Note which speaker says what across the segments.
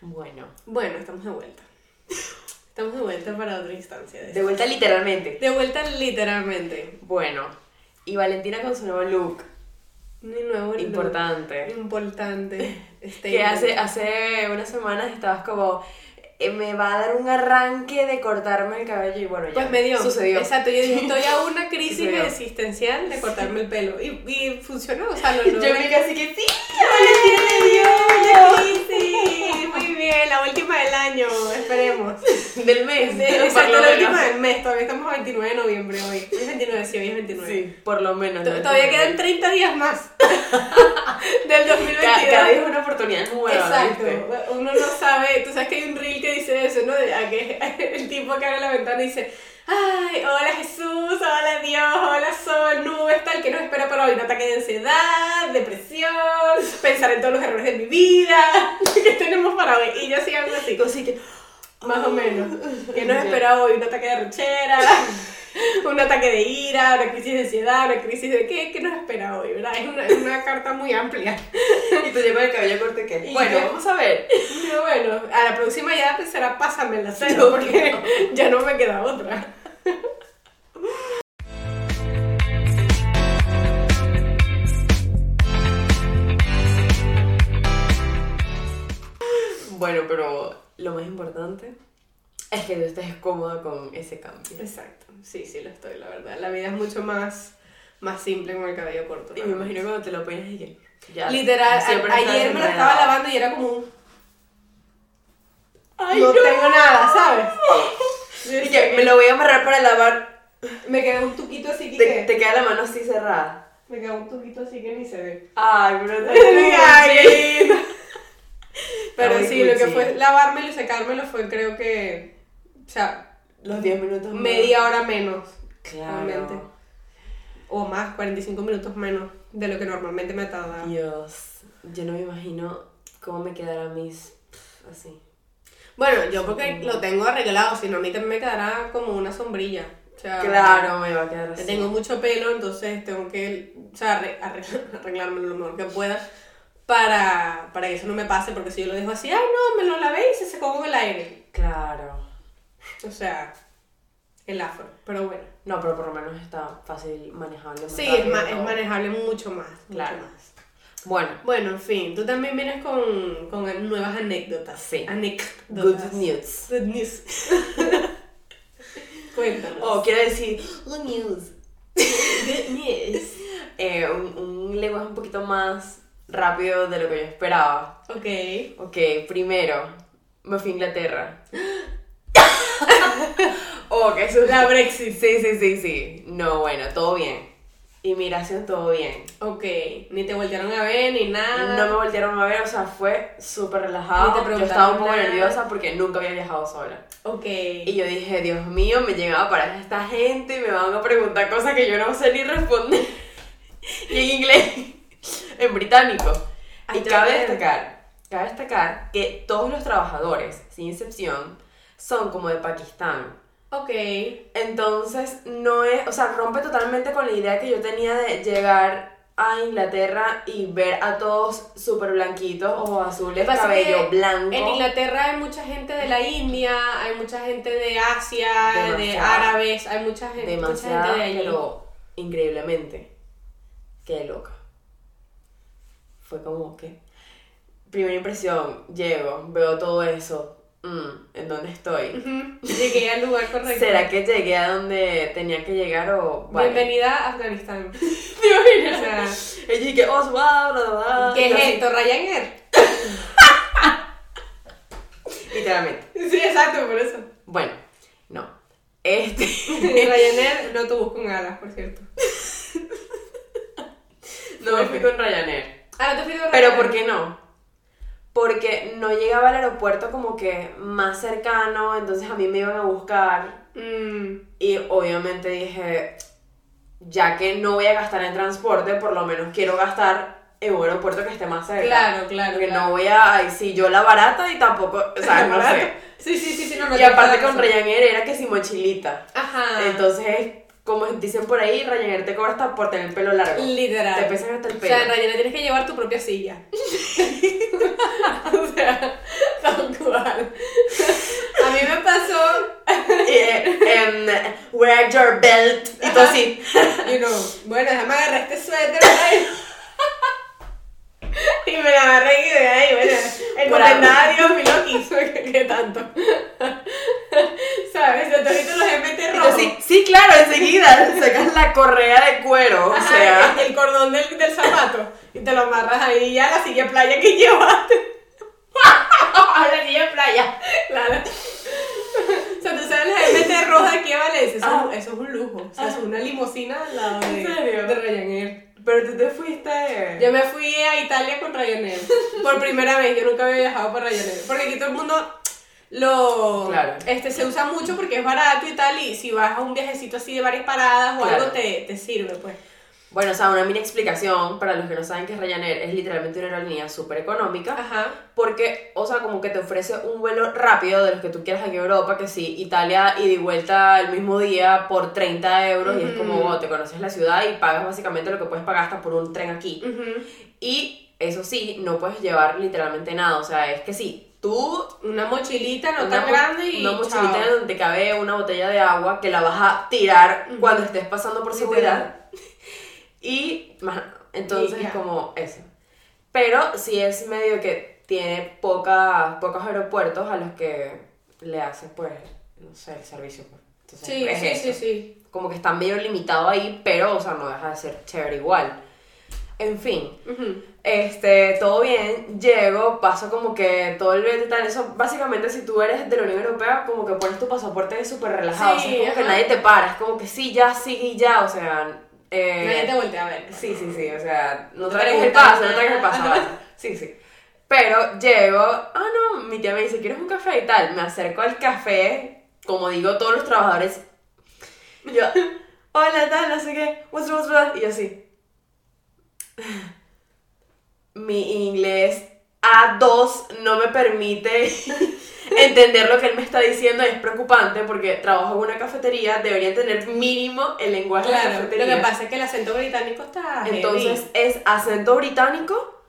Speaker 1: Bueno,
Speaker 2: Bueno, estamos de vuelta. Estamos de vuelta para otra instancia. De,
Speaker 1: de vuelta literalmente.
Speaker 2: de vuelta literalmente.
Speaker 1: Bueno, y Valentina con su nuevo look,
Speaker 2: Mi nuevo
Speaker 1: importante.
Speaker 2: Importante. Este
Speaker 1: Que hace, hace unas semanas estabas como, eh, me va a dar un arranque de cortarme el cabello y bueno, ya
Speaker 2: Pues me dio.
Speaker 1: sucedió.
Speaker 2: Exacto, yo dije, estoy a una crisis
Speaker 1: Sucedió.
Speaker 2: existencial de cortarme el pelo. Y, y funcionó, o sea, lo
Speaker 1: Yo
Speaker 2: logré.
Speaker 1: grité así que sí,
Speaker 2: ¡Ay,
Speaker 1: Valentina
Speaker 2: la crisis! Muy bien, la última del año, esperemos.
Speaker 1: le dio.
Speaker 2: Este,
Speaker 1: Del mes, pero por
Speaker 2: Exacto,
Speaker 1: lo
Speaker 2: la
Speaker 1: menos.
Speaker 2: última del mes, todavía estamos a 29 de noviembre hoy. Hoy es 29, sí, hoy es 29.
Speaker 1: Sí, por lo menos.
Speaker 2: To-
Speaker 1: ¿no?
Speaker 2: Todavía quedan 30 días más del 2022.
Speaker 1: Ca- Cada vez es una oportunidad nueva.
Speaker 2: Exacto,
Speaker 1: ¿viste?
Speaker 2: uno no sabe, tú sabes que hay un reel que dice eso, ¿no? De- a que el tipo que abre la ventana y dice, ay, hola Jesús, hola Dios, hola sol, nubes, tal, que nos espera para hoy? Un ataque de ansiedad, depresión, pensar en todos los errores de mi vida, que tenemos para hoy? Y yo sí algo así,
Speaker 1: Así que,
Speaker 2: más o menos. ¿Qué nos
Speaker 1: Ya.
Speaker 2: espera hoy? Un ataque de rechera, un ataque de ira, una crisis de ansiedad, una crisis de qué, ¿qué nos espera hoy? ¿verdad? Es una, es una carta muy amplia.
Speaker 1: y tú llevas el cabello corto que.
Speaker 2: Y
Speaker 1: Bueno,
Speaker 2: yo-
Speaker 1: vamos a ver.
Speaker 2: Pero bueno, a la próxima ya pues, será pásame la cena
Speaker 1: No,
Speaker 2: porque ya no me queda otra.
Speaker 1: Bueno, pero lo más importante es que tú estés cómoda con ese cambio.
Speaker 2: Exacto, sí, sí lo estoy, la verdad. La vida es mucho más, más simple con el cabello corto.
Speaker 1: Y me imagino cuando te lo peinas y que. Ya,
Speaker 2: Literal, a-
Speaker 1: siempre estás
Speaker 2: ayer me la estaba
Speaker 1: enredada.
Speaker 2: lavando y era como un...
Speaker 1: Ay,
Speaker 2: no, tengo nada, ¿sabes? Yo
Speaker 1: Y
Speaker 2: decía
Speaker 1: que
Speaker 2: que
Speaker 1: me lo voy a amarrar para lavar.
Speaker 2: me quedó un tuquito así que...
Speaker 1: Te, te queda la mano así cerrada.
Speaker 2: Me quedó un tuquito así que ni se ve.
Speaker 1: Ay, pero
Speaker 2: Ay, qué lindo. Pero
Speaker 1: Ay,
Speaker 2: sí, lo que
Speaker 1: Gucci.
Speaker 2: fue lavármelo y secármelo fue creo que... O sea,
Speaker 1: Los 10 minutos. más.
Speaker 2: media hora menos.
Speaker 1: Claro.
Speaker 2: Realmente. o más, 45 minutos menos de lo que normalmente me tarda.
Speaker 1: Dios, yo no me imagino cómo me quedará mis. así.
Speaker 2: Bueno, yo porque lo tengo arreglado, si no a mí también me quedará como una sombrilla. O sea,
Speaker 1: Claro, me va a quedar así.
Speaker 2: Tengo mucho pelo, entonces tengo que o sea, arre- arreglar- arreglármelo lo mejor que pueda para, para que eso no me pase, porque si yo lo dejo así, ay no, me lo lavé y se secó con el aire.
Speaker 1: Claro.
Speaker 2: O sea, el afro, pero bueno.
Speaker 1: No, pero por lo menos está fácil manejable.
Speaker 2: Sí,
Speaker 1: notarlo,
Speaker 2: es, ma- es
Speaker 1: ¿no?
Speaker 2: manejable mucho más, claro.
Speaker 1: Claro. Bueno,
Speaker 2: Bueno, en fin, tú también vienes con, con nuevas anécdotas.
Speaker 1: Sí. good
Speaker 2: Anécdotas.
Speaker 1: news.
Speaker 2: Good news. Oh, Cuéntanos.
Speaker 1: O quiero decir, good news.
Speaker 2: good news.
Speaker 1: Eh, un, un lenguaje un poquito más rápido de lo que yo esperaba.
Speaker 2: Ok.
Speaker 1: Ok, primero, me fui a Inglaterra. oh, que eso
Speaker 2: La Brexit.
Speaker 1: Sí, sí, sí, sí. No, bueno, todo bien. Inmigración, todo bien.
Speaker 2: Ok. Ni te voltearon a ver ni nada.
Speaker 1: No me voltearon a ver, o sea, fue súper relajado.
Speaker 2: Ni Ah. te
Speaker 1: yo
Speaker 2: preguntaron
Speaker 1: estaba un poco
Speaker 2: nada.
Speaker 1: nerviosa porque nunca había viajado sola.
Speaker 2: Ok.
Speaker 1: Y yo dije, Dios mío, me llegaba para esta gente y me van a preguntar cosas que yo no sé ni responder. y en inglés, en británico.
Speaker 2: Ay,
Speaker 1: y
Speaker 2: te
Speaker 1: cabe
Speaker 2: creo.
Speaker 1: destacar, cabe destacar que todos los trabajadores, sin excepción, son como de Pakistán.
Speaker 2: Ok.
Speaker 1: Entonces, no es, o sea, rompe totalmente con la idea que yo tenía de llegar a Inglaterra y ver a todos súper blanquitos, ojos azules,
Speaker 2: Pasa
Speaker 1: cabello
Speaker 2: que
Speaker 1: blanco.
Speaker 2: En Inglaterra hay mucha gente de la India, hay mucha gente de Asia, de
Speaker 1: Demasiada.
Speaker 2: árabes, hay mucha gente, mucha
Speaker 1: demasiado,
Speaker 2: gente de allí.
Speaker 1: pero increíblemente. Qué loca. Fue como que. Primera impresión, llego, veo todo eso. mm, ¿En dónde estoy?
Speaker 2: Ujú. Llegué al lugar correcto.
Speaker 1: ¿Será que llegué a donde tenía que llegar o.? vale?
Speaker 2: Bienvenida a Afganistán.
Speaker 1: ¿Te imaginas?
Speaker 2: O sea,
Speaker 1: Ella y que, oh, wow, bla, bla, bla.
Speaker 2: ¿qué
Speaker 1: Y yo así,
Speaker 2: es esto? Ryanair.
Speaker 1: Literalmente.
Speaker 2: Sí, exacto, por eso.
Speaker 1: Bueno, no. Este.
Speaker 2: Ryanair no tuvo con alas, por cierto.
Speaker 1: No me fui con Ryanair.
Speaker 2: Ah, no te fui de
Speaker 1: Pero
Speaker 2: Ryanair.
Speaker 1: ¿por qué no? Porque no llegaba al aeropuerto como que más cercano, entonces a mí me iban a buscar.
Speaker 2: Mm,
Speaker 1: Y obviamente dije, ya que no voy a gastar en transporte, por lo menos quiero gastar en un aeropuerto que esté más cerca.
Speaker 2: claro, claro.
Speaker 1: Porque
Speaker 2: claro.
Speaker 1: no voy a. Ay, sí, yo la barata y tampoco. O sea, no
Speaker 2: Barato.
Speaker 1: sé.
Speaker 2: Sí, sí, sí, sí, no, no
Speaker 1: Y
Speaker 2: tienes
Speaker 1: aparte
Speaker 2: toda
Speaker 1: con
Speaker 2: la razón.
Speaker 1: Ryanair era que si mochilita.
Speaker 2: Ajá.
Speaker 1: Entonces, como dicen por ahí, Ryanair te cobra hasta por tener el pelo largo.
Speaker 2: Literal.
Speaker 1: Te pesan hasta el
Speaker 2: O sea, en
Speaker 1: pelo.
Speaker 2: Ryanair tienes que llevar tu propia silla. o sea, tampoco
Speaker 1: em, wear your belt. Y tú así.
Speaker 2: You know, bueno, déjame agarrar este suéter. ay. y me la agarré y de ahí, bueno, encomendada a Dios mi Loki. ¿Qué, qué tanto? ¿Sabes? De todito los MT
Speaker 1: Y tú
Speaker 2: rojos.
Speaker 1: así, sí, claro, enseguida sacas la correa de cuero. O
Speaker 2: Ajá,
Speaker 1: sea,
Speaker 2: el, el cordón del, del zapato. Y te lo amarras ahí y a la siguiente playa que llevaste.
Speaker 1: ahora sí en playa.
Speaker 2: Claro. O sea, tú sabes las MT rojas aquí a Valencia. Eso, es un-
Speaker 1: Ah.
Speaker 2: eso es un lujo. O sea, es
Speaker 1: Ah.
Speaker 2: una limusina al lado de,
Speaker 1: ¿En serio?
Speaker 2: de Ryanair.
Speaker 1: Pero tú te fuiste.
Speaker 2: Yo me fui a Italia con Ryanair. Por primera vez, yo nunca había viajado por Ryanair. Porque aquí todo el mundo lo
Speaker 1: Claro.
Speaker 2: este se usa mucho porque es barato y tal. Y si vas a un viajecito así de varias paradas o
Speaker 1: Claro.
Speaker 2: algo, te, te sirve, pues.
Speaker 1: Bueno, o sea, una mini explicación para los que no saben que Ryanair es literalmente una aerolínea súper económica.
Speaker 2: Ajá.
Speaker 1: Porque, o sea, como que te ofrece un vuelo rápido de los que tú quieras aquí a Europa, que sí, Italia y de vuelta el mismo día por 30 euros y es como,
Speaker 2: Ujú.
Speaker 1: wow, te conoces la ciudad y pagas básicamente lo que puedes pagar hasta por un tren aquí.
Speaker 2: Ujú.
Speaker 1: Y eso sí, no puedes llevar literalmente nada, o sea, es que sí, tú...
Speaker 2: Una mochilita no
Speaker 1: una
Speaker 2: tan
Speaker 1: mo-
Speaker 2: grande y.
Speaker 1: Una mochilita
Speaker 2: chao.
Speaker 1: donde cabe una botella de agua que la vas a tirar
Speaker 2: Ujú.
Speaker 1: cuando estés pasando por seguridad. Y más nada. entonces
Speaker 2: Y ya.
Speaker 1: es como eso. Pero sí es medio que tiene poca, pocos aeropuertos a los que le haces, pues, no sé, el servicio. pues. Entonces,
Speaker 2: Sí,
Speaker 1: es
Speaker 2: sí,
Speaker 1: eso
Speaker 2: sí, sí.
Speaker 1: como que está medio limitado ahí, pero, o sea, no deja de ser chévere igual. En fin,
Speaker 2: Ujú.
Speaker 1: este, todo bien, llego, paso como que todo el billete y tal, eso, básicamente si tú eres de la Unión Europea, como que pones tu pasaporte ahí súper relajado,
Speaker 2: Sí,
Speaker 1: o sea, es como que
Speaker 2: ajá.
Speaker 1: nadie te para, es como que sí, ya, sigue y ya, o sea, eh,
Speaker 2: Nadie te voltea a ver.
Speaker 1: Sí, sí, sí, o sea, no
Speaker 2: te
Speaker 1: traigas el
Speaker 2: preguntan
Speaker 1: paso, no
Speaker 2: nada.
Speaker 1: traigas el paso.
Speaker 2: Ajá.
Speaker 1: basta. Sí, sí. Pero llego, ah, no, mi tía me dice, ¿quieres un café y tal? Me acerco al café, como digo todos los trabajadores, y yo, hola, tal, no sé qué, what's wrong, what's wrong?" y yo así. Mi inglés A2 no me permite entender lo que él me está diciendo, es preocupante porque trabajo en una cafetería, debería tener mínimo el lenguaje de la
Speaker 2: Claro. Lo
Speaker 1: cafetería.
Speaker 2: que pasa es que el acento británico está. heavy.
Speaker 1: Entonces es acento británico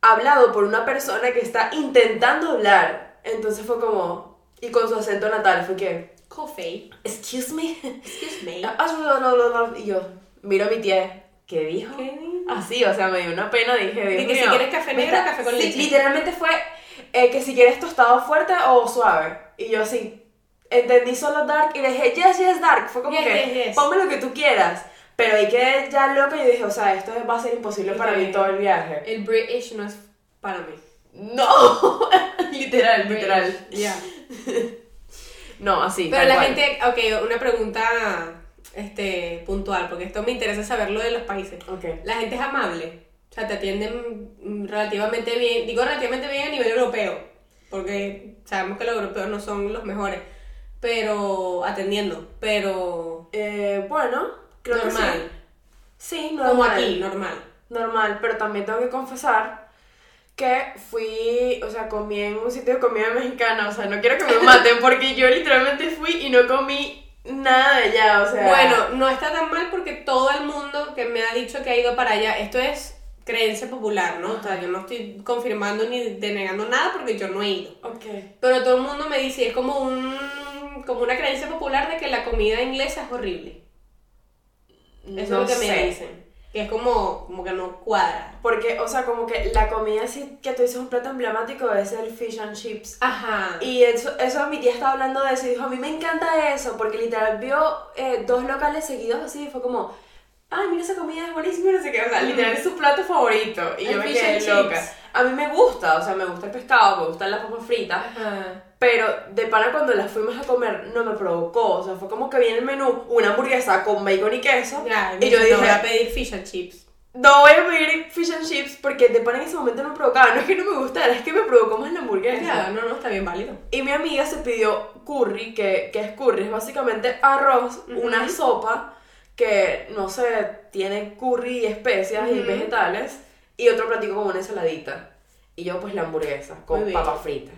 Speaker 1: hablado por una persona que está intentando hablar. Entonces fue como. Y con su acento natal fue que.
Speaker 2: Coffee.
Speaker 1: Excuse me.
Speaker 2: Excuse me.
Speaker 1: Y yo miro a mi tía. ¿Qué dijo?
Speaker 2: ¿Qué?
Speaker 1: Así, o sea, me dio una pena. Dije, Ah, Dios
Speaker 2: Y que si
Speaker 1: mío,
Speaker 2: quieres café
Speaker 1: me
Speaker 2: negro,
Speaker 1: está-
Speaker 2: café con
Speaker 1: sí,
Speaker 2: leche.
Speaker 1: Literalmente fue eh, que si quieres tostado fuerte o suave. Y yo así. Entendí solo dark y dije, yes, yes, dark. Fue como
Speaker 2: Yes,
Speaker 1: que,
Speaker 2: yes, yes.
Speaker 1: ponme lo que tú quieras. Pero ahí quedé ya loca y dije, o sea, esto va a ser imposible para mí
Speaker 2: Sí.
Speaker 1: todo el viaje.
Speaker 2: El British no es para mí.
Speaker 1: No, literal, literal.
Speaker 2: Ya.
Speaker 1: No, así.
Speaker 2: Pero
Speaker 1: tal
Speaker 2: la
Speaker 1: cual.
Speaker 2: gente, ok, una pregunta este, puntual, porque esto me interesa saberlo de los países.
Speaker 1: Ok.
Speaker 2: La gente es amable, o sea, te atienden mm, relativamente bien, digo relativamente bien a nivel europeo, porque sabemos que los europeos no son los mejores, pero atendiendo, pero
Speaker 1: Eh, bueno, creo que sí.
Speaker 2: normal,
Speaker 1: Sí,
Speaker 2: como
Speaker 1: normal.
Speaker 2: aquí, normal.
Speaker 1: normal, pero también tengo que confesar que fui, o sea, comí en un sitio de comida mexicana, o sea, no quiero que me maten porque yo literalmente fui y no comí nada de allá, o sea.
Speaker 2: Bueno, no está tan mal porque todo el mundo que me ha dicho que ha ido para allá, esto es creencia popular, ¿no? O sea, yo no estoy confirmando ni denegando nada porque yo no he ido.
Speaker 1: Ok.
Speaker 2: Pero todo el mundo me dice, es como un como una creencia popular de que la comida inglesa es horrible. Eso
Speaker 1: No
Speaker 2: es lo que
Speaker 1: sé.
Speaker 2: me dicen. Que es como, como que no cuadra.
Speaker 1: Porque, o sea, como que la comida así que tú dices un plato emblemático es el fish and chips.
Speaker 2: Ajá.
Speaker 1: Y eso, eso mi tía estaba hablando de eso y dijo, a mí me encanta eso, porque literal vio eh, dos locales seguidos así y fue como, ay, mira esa comida es buenísima, no sé qué, o sea, literal es su plato favorito. Y
Speaker 2: El
Speaker 1: yo me
Speaker 2: fish
Speaker 1: quedé
Speaker 2: and
Speaker 1: loca.
Speaker 2: chips.
Speaker 1: A mí me gusta, o sea, me gusta el pescado, me gustan las papas fritas,
Speaker 2: Ajá.
Speaker 1: pero de pana cuando las fuimos a comer no me provocó, o sea, fue como que viene el menú, una hamburguesa con bacon y queso,
Speaker 2: Ya,
Speaker 1: y yo
Speaker 2: no voy a
Speaker 1: dije,
Speaker 2: pedir fish and chips.
Speaker 1: no voy a pedir fish and chips porque de pana en ese momento no me provocaba, no es que no me gustara, es que me provocó más la hamburguesa.
Speaker 2: Ya, no, no, está bien válido.
Speaker 1: Y mi amiga se pidió curry, que, que es curry, es básicamente arroz,
Speaker 2: Ujú.
Speaker 1: una sopa que no sé, tiene curry y especias y
Speaker 2: Ujú.
Speaker 1: vegetales, y otro platico como una ensaladita. Y yo, pues la hamburguesa
Speaker 2: Muy
Speaker 1: con
Speaker 2: bien.
Speaker 1: papa frita.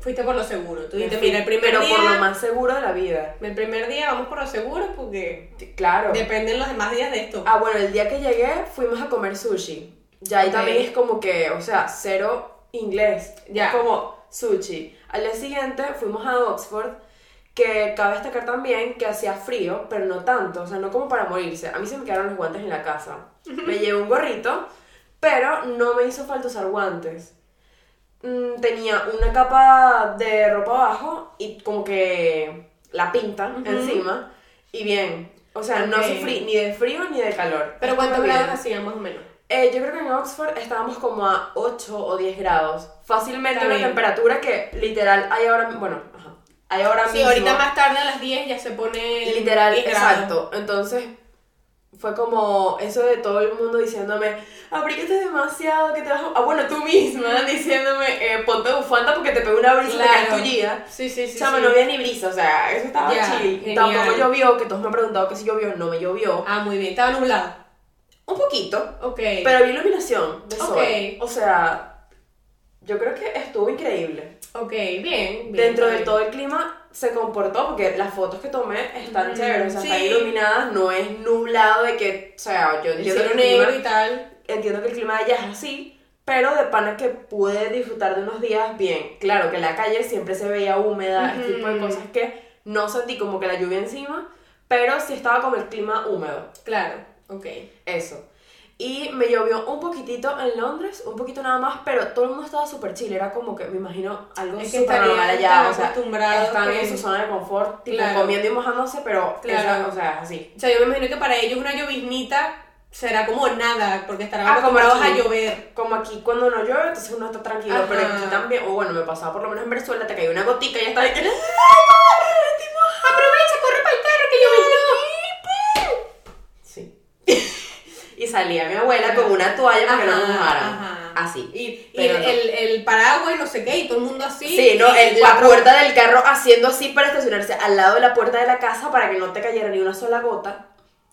Speaker 2: Fuiste por lo seguro. Tú
Speaker 1: En
Speaker 2: dijiste,
Speaker 1: fin,
Speaker 2: mira, el primer
Speaker 1: Pero
Speaker 2: día...
Speaker 1: por lo más seguro de la vida.
Speaker 2: El primer día vamos por lo seguro porque
Speaker 1: Sí, Claro.
Speaker 2: dependen los demás días de esto.
Speaker 1: Ah, bueno, el día que llegué fuimos a comer sushi. Ya ahí
Speaker 2: Ok.
Speaker 1: también es como que, o sea, cero inglés.
Speaker 2: Ya.
Speaker 1: Es como sushi. Al día siguiente fuimos a Oxford que cabe destacar también que hacía frío, pero no tanto, o sea, no como para morirse. A mí se me quedaron los guantes en la casa. Me llevé un gorrito, pero no me hizo falta usar guantes. Mm, Tenía una capa de ropa abajo y como que la pinta encima y bien. O sea, no
Speaker 2: Ok.
Speaker 1: sufrí ni de frío ni de calor.
Speaker 2: Pero
Speaker 1: Estuvo
Speaker 2: ¿cuántos
Speaker 1: bien.
Speaker 2: grados hacían más o menos?
Speaker 1: Eh, yo creo que en Oxford estábamos como a 8 o 10 grados. Fácilmente
Speaker 2: Está
Speaker 1: una
Speaker 2: bien.
Speaker 1: temperatura que literal hay ahora, bueno, ajá, hay ahora
Speaker 2: Sí,
Speaker 1: mismo.
Speaker 2: ahorita más tarde a las 10 ya se pone.
Speaker 1: Literal,
Speaker 2: 10 grados.
Speaker 1: exacto. Entonces fue como eso de todo el mundo diciéndome, abrígate demasiado, que te vas a... Ah, bueno, tú misma diciéndome, eh, ponte bufanda porque te pegó una brisa y te
Speaker 2: Claro.
Speaker 1: caes tullida.
Speaker 2: Sí, sí, sí.
Speaker 1: Chama,
Speaker 2: sí.
Speaker 1: no había ni brisa, o sea, eso estaba
Speaker 2: Ya,
Speaker 1: chill.
Speaker 2: genial.
Speaker 1: Tampoco llovió, que todos me han preguntado que si llovió, no me llovió.
Speaker 2: Ah, muy bien. Estaba nublado.
Speaker 1: Un poquito,
Speaker 2: Ok.
Speaker 1: Pero había iluminación de
Speaker 2: Ok.
Speaker 1: sol. O sea, yo creo que estuvo increíble.
Speaker 2: ok, bien. bien,
Speaker 1: Dentro de
Speaker 2: bien.
Speaker 1: todo el clima se comportó porque las fotos que tomé están
Speaker 2: Ujú.
Speaker 1: chéveres, o sea, están
Speaker 2: Sí.
Speaker 1: iluminadas, no es nublado de que, o sea, yo
Speaker 2: El
Speaker 1: entiendo que
Speaker 2: cielo
Speaker 1: el,
Speaker 2: negro y
Speaker 1: clima,
Speaker 2: tal.
Speaker 1: entiendo que el clima de allá es así, pero de pana que pude disfrutar de unos días bien. Claro que la calle siempre se veía húmeda, este tipo de
Speaker 2: Ujú.
Speaker 1: cosas que no sentí como que la lluvia encima, pero sí estaba como el clima húmedo.
Speaker 2: Claro, ok.
Speaker 1: Eso. Y me llovió un poquitito en Londres, un poquito nada más, pero todo el mundo estaba súper chill. Era como que, me imagino, algo
Speaker 2: Es que
Speaker 1: súper
Speaker 2: estarían
Speaker 1: normal allá.
Speaker 2: tan
Speaker 1: O sea,
Speaker 2: acostumbrados
Speaker 1: están
Speaker 2: que-
Speaker 1: en su zona de confort, tipo
Speaker 2: Claro.
Speaker 1: comiendo y mojándose, pero,
Speaker 2: Claro.
Speaker 1: esa- o sea, así.
Speaker 2: O sea, yo me imagino que para ellos una lloviznita será como nada, porque estarán
Speaker 1: Ah, como
Speaker 2: acostumbrados a
Speaker 1: aquí.
Speaker 2: llover.
Speaker 1: Como aquí cuando no llueve, entonces uno está tranquilo,
Speaker 2: Ajá.
Speaker 1: pero aquí también, o bueno, me pasaba por lo menos en Venezuela, te cayó una gotica y ya está de que...
Speaker 2: Aprovecha, corre para el carro que llovió.
Speaker 1: Sí. y salía mi abuela con una toalla para que no mojaran. Así.
Speaker 2: Y, y
Speaker 1: Pero
Speaker 2: el,
Speaker 1: no.
Speaker 2: el, el paraguas y no sé qué, y todo el mundo así.
Speaker 1: Sí, no,
Speaker 2: y
Speaker 1: el- la
Speaker 2: cuatro-
Speaker 1: puerta del carro haciendo así para estacionarse al lado de la puerta de la casa para que no te cayera ni una sola gota.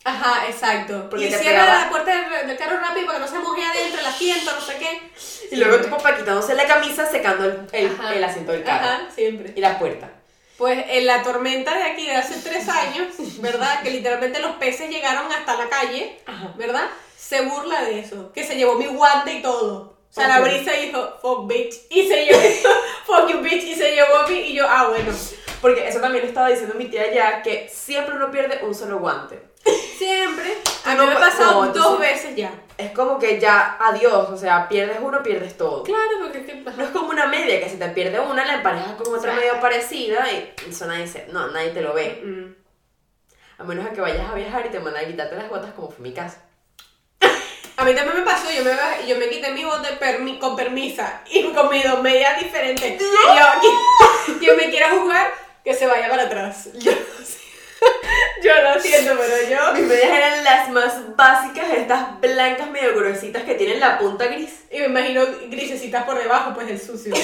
Speaker 2: Ajá, exacto.
Speaker 1: Porque
Speaker 2: y
Speaker 1: te
Speaker 2: cierra
Speaker 1: pegaba.
Speaker 2: la puerta del, del carro rápido para que no se moje adentro el asiento, no sé qué.
Speaker 1: Y luego tu papá quitándose la camisa, secando el, el-
Speaker 2: Ajá.
Speaker 1: el asiento del carro
Speaker 2: Ajá, siempre.
Speaker 1: y la puerta.
Speaker 2: Pues en la tormenta de aquí de hace tres años, ¿verdad? Que literalmente los peces llegaron hasta la calle,
Speaker 1: Ajá.
Speaker 2: ¿verdad? Se burla de eso, que se llevó mi guante y todo. O sea, la
Speaker 1: Ok.
Speaker 2: brisa dijo, fuck bitch, y se llevó, fuck you bitch, y se llevó a mí, y yo, ah, bueno.
Speaker 1: Porque eso también lo estaba diciendo mi tía ya, que siempre uno pierde un solo guante.
Speaker 2: Siempre,
Speaker 1: Tú
Speaker 2: a mí
Speaker 1: no
Speaker 2: me ha
Speaker 1: pa-
Speaker 2: pasado
Speaker 1: no, tú
Speaker 2: dos
Speaker 1: sí.
Speaker 2: veces ya.
Speaker 1: Es como que ya, adiós, o sea, pierdes uno, pierdes todo.
Speaker 2: Claro, porque es que...
Speaker 1: No es como una media, que si te pierde una, la emparejas con otra media parecida y eso nadie, se- no, nadie te lo ve.
Speaker 2: Mm.
Speaker 1: A menos a que vayas a viajar y te mandan a quitarte las botas como fue mi caso.
Speaker 2: A mí también me pasó, yo me, baj- yo me quité mi bote permi- con permisa y con mis dos medias diferentes. Y yo aquí, quien me quiera jugar, que se vaya para atrás. Yo, yo lo siento, pero yo...
Speaker 1: Mis medias eran las más básicas, estas blancas medio gruesitas que tienen la punta gris.
Speaker 2: Y me imagino grisecitas por debajo, pues el sucio.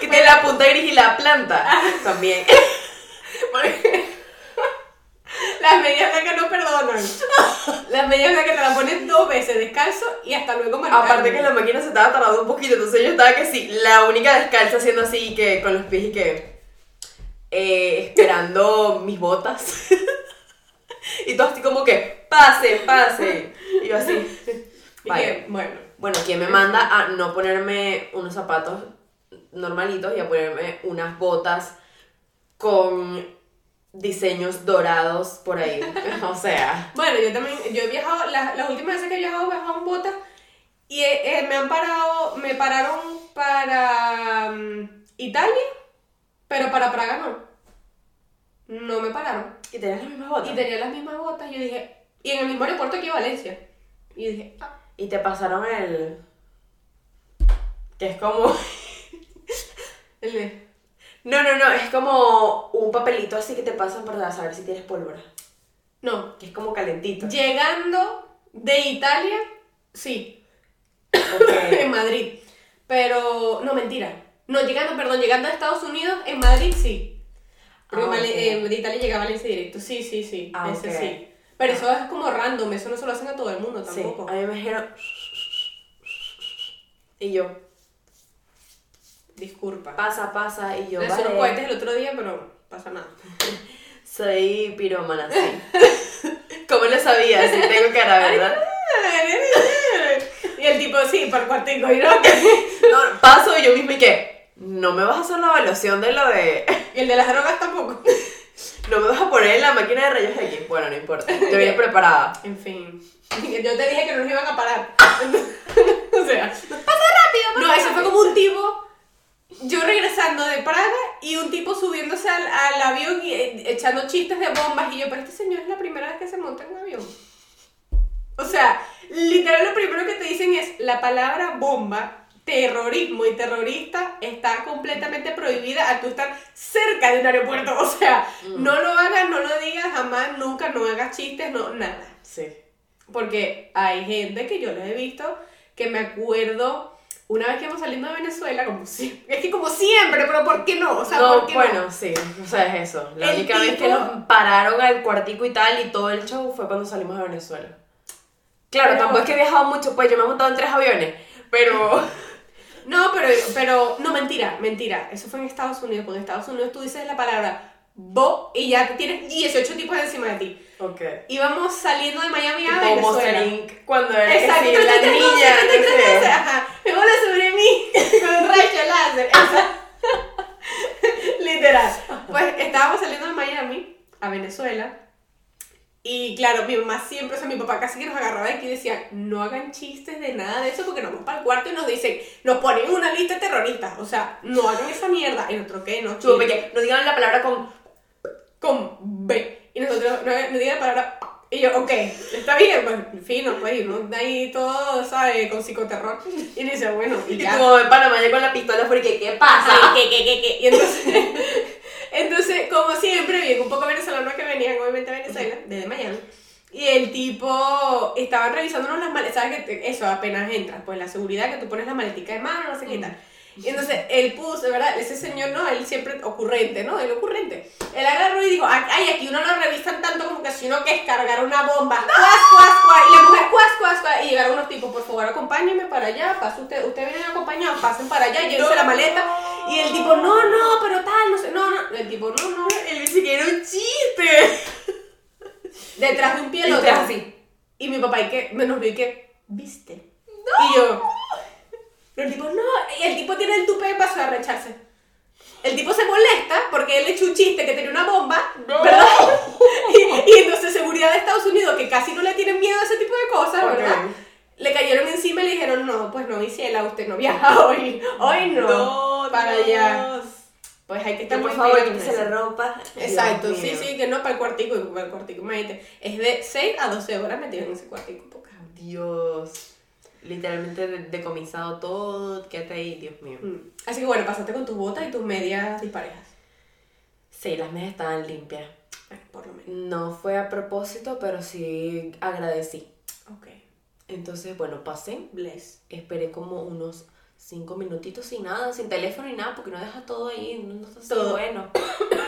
Speaker 1: Que tiene la punta gris y la planta también.
Speaker 2: Porque Las medias blancas no perdonan. Las medias blancas te las pones dos veces, descalzo y hasta luego marcando.
Speaker 1: Aparte que la máquina se estaba tardando un poquito, entonces yo estaba que sí, la única descalza haciendo así que con los pies y que eh, esperando mis botas. y todo así como que, pase, pase. Y yo así.
Speaker 2: Y
Speaker 1: vaya.
Speaker 2: que, bueno.
Speaker 1: Bueno, ¿quién me manda a no ponerme unos zapatos normalitos y a ponerme unas botas con diseños dorados por ahí? o sea,
Speaker 2: Bueno, yo también, yo he viajado, las, las últimas veces que he viajado, he viajado en botas y eh, eh, me han parado, me pararon para mm, Italia, pero para Praga no. No me pararon.
Speaker 1: y tenías las mismas botas.
Speaker 2: Y
Speaker 1: Y te,
Speaker 2: tenía las mismas botas, yo dije, y en el mismo aeropuerto que Valencia. Y yo dije, ah,
Speaker 1: pasaron el. que es como.
Speaker 2: el de-
Speaker 1: No, no, no, es como un papelito así que te pasan para saber si tienes pólvora.
Speaker 2: No,
Speaker 1: Que es como calentito.
Speaker 2: llegando de Italia, sí, en
Speaker 1: Ok.
Speaker 2: Madrid. Pero, no, mentira. No, llegando, perdón, llegando a Estados Unidos, en Madrid sí. Porque
Speaker 1: Ah,
Speaker 2: Vale-
Speaker 1: ok.
Speaker 2: eh, de Italia llega a Valencia directo. Sí, sí, sí.
Speaker 1: Ah,
Speaker 2: ese
Speaker 1: ok.
Speaker 2: sí. Pero eso es como random, eso no se lo hacen a todo el mundo
Speaker 1: sí,
Speaker 2: tampoco.
Speaker 1: a mí me dijeron. Y yo,
Speaker 2: Disculpa.
Speaker 1: pasa, pasa, y Ah, yo.
Speaker 2: Le hacen los
Speaker 1: vale.
Speaker 2: cohetes el otro día, pero pasa nada.
Speaker 1: Soy piromana, sí. ¿Cómo lo sabía? Sí, tengo cara, ¿verdad?
Speaker 2: y el tipo, sí, por cuartico y no.
Speaker 1: No, paso y yo misma y qué. no me vas a hacer la evaluación de lo de...
Speaker 2: Y el de las drogas tampoco.
Speaker 1: No me vas a poner en la máquina de rayos X. Bueno, no importa. Te vienes preparada.
Speaker 2: En fin. Yo te dije que no nos iban a parar. o sea, pasa rápido, No, eso fue como un tipo. Yo regresando de Praga y un tipo subiéndose al, al avión y eh, echando chistes de bombas. Y yo, pero este señor es la primera vez que se monta en un avión. O sea, literal lo primero que te dicen es la palabra bomba, terrorismo y terrorista está completamente prohibida a tú estar cerca de un aeropuerto. O sea, no lo hagas, no lo digas jamás, nunca, no hagas chistes, no, nada.
Speaker 1: Sí.
Speaker 2: Porque hay gente que yo los he visto que me acuerdo una vez que íbamos saliendo de Venezuela, como siempre. Es que como siempre, pero ¿por qué no? O sea,
Speaker 1: no,
Speaker 2: ¿por qué
Speaker 1: bueno, sí, o sea, es eso. La
Speaker 2: El
Speaker 1: única vez que
Speaker 2: tipo-
Speaker 1: nos pararon al cuartico y tal y todo el show fue cuando salimos de Venezuela. Claro,
Speaker 2: Pero-
Speaker 1: tampoco es que he viajado mucho, pues yo me he montado en tres aviones, pero...
Speaker 2: no? No, pero, pero. No, mentira, mentira. Eso fue en Estados Unidos. Porque en Estados Unidos tú dices la palabra bo y ya tienes 18 tipos encima de ti.
Speaker 1: Ok.
Speaker 2: Íbamos saliendo de Miami a
Speaker 1: Tipo Monster
Speaker 2: Venezuela.
Speaker 1: Inc. cuando era que
Speaker 2: Exacto,
Speaker 1: sí, la niña, no sé.
Speaker 2: Ajá, me vuelve sobre mí con rayo láser. Esa. Literal. Pues estábamos saliendo de Miami a Venezuela. Y claro, mi mamá siempre, o sea, mi papá casi que nos agarraba de aquí y decía, no hagan chistes de nada de eso porque nos vamos para el cuarto y nos dicen, nos ponen una lista de terroristas. O sea, no hagan esa mierda. Y nosotros, ¿qué? No, pues
Speaker 1: Chupo,
Speaker 2: chiste
Speaker 1: porque no digan la palabra con...
Speaker 2: con B. Y nosotros, no, no diga la palabra. Y yo, ok, está bien, pues fino, pues, y uno de ahí todo, ¿sabes? Con psicoterror. Y le dice, bueno, y
Speaker 1: Y "Ah,
Speaker 2: ya. Ah,
Speaker 1: como en Panamá yo con la pistola porque ¿qué pasa?
Speaker 2: ¿Qué, qué, qué, qué? Y entonces, entonces, como siempre, bien, un poco venezolano que venían, obviamente, a Venezuela, desde Miami. Y el tipo, estaban revisándonos las maletas, ¿sabes? Que te- eso, apenas entras, pues la seguridad que tú pones la maletica de mano, no sé qué tal. Y entonces, él puso, ¿verdad? Ese señor, no, él siempre ocurrente, ¿no? El ocurrente. Él agarró y dijo, "Ah, ay, aquí uno no revisan tanto como que si uno que es cargar una bomba. Cuas, cuas, cuas. Y la mujer, cuas, cuas, cuas. Y llegaron unos tipos, por favor, acompáñenme para allá, pase usted, ustedes vienen acompañados, pasen para allá, llévense la maleta. Y el tipo, no, no, pero tal, no sé, no, no. El tipo, no, no.
Speaker 1: Él dice que era un chiste.
Speaker 2: Detrás de un pie
Speaker 1: Y
Speaker 2: el otro.
Speaker 1: usted así.
Speaker 2: Y mi papá, y que, menos vi que, viste. Y yo, pero el tipo, no. Y el tipo tiene el tupe de paso a arrecharse. El tipo se molesta porque él le echó un chiste que tenía una bomba,
Speaker 1: No.
Speaker 2: ¿verdad? Y, y entonces seguridad de Estados Unidos, que casi no le tienen miedo a ese tipo de cosas,
Speaker 1: Ok.
Speaker 2: ¿verdad? Le cayeron encima y le dijeron, no, pues no, Isiela, usted no viaja hoy. Hoy no. para allá. Pues hay que
Speaker 1: Que
Speaker 2: estar
Speaker 1: por
Speaker 2: muy
Speaker 1: favor,
Speaker 2: pendientes.
Speaker 1: quítese la ropa.
Speaker 2: Exacto,
Speaker 1: Dios
Speaker 2: sí,
Speaker 1: mío.
Speaker 2: sí, que no para el cuartico, y para el cuartico, imagínate. Es de 6 a 12 horas metido en ese cuartico, poca.
Speaker 1: Dios. Literalmente de- decomisado todo. Quédate ahí, Dios mío.
Speaker 2: Mm. Así que bueno, pasaste con tus botas y tus medias disparejas.
Speaker 1: Sí, las medias estaban limpias.
Speaker 2: Bueno, por lo menos.
Speaker 1: No fue a propósito, pero sí agradecí.
Speaker 2: Ok.
Speaker 1: Entonces, bueno, pasé.
Speaker 2: Bless.
Speaker 1: Esperé como unos cinco minutitos sin nada, sin teléfono ni nada, porque no deja todo ahí. No, no está así,
Speaker 2: Todo.
Speaker 1: bueno.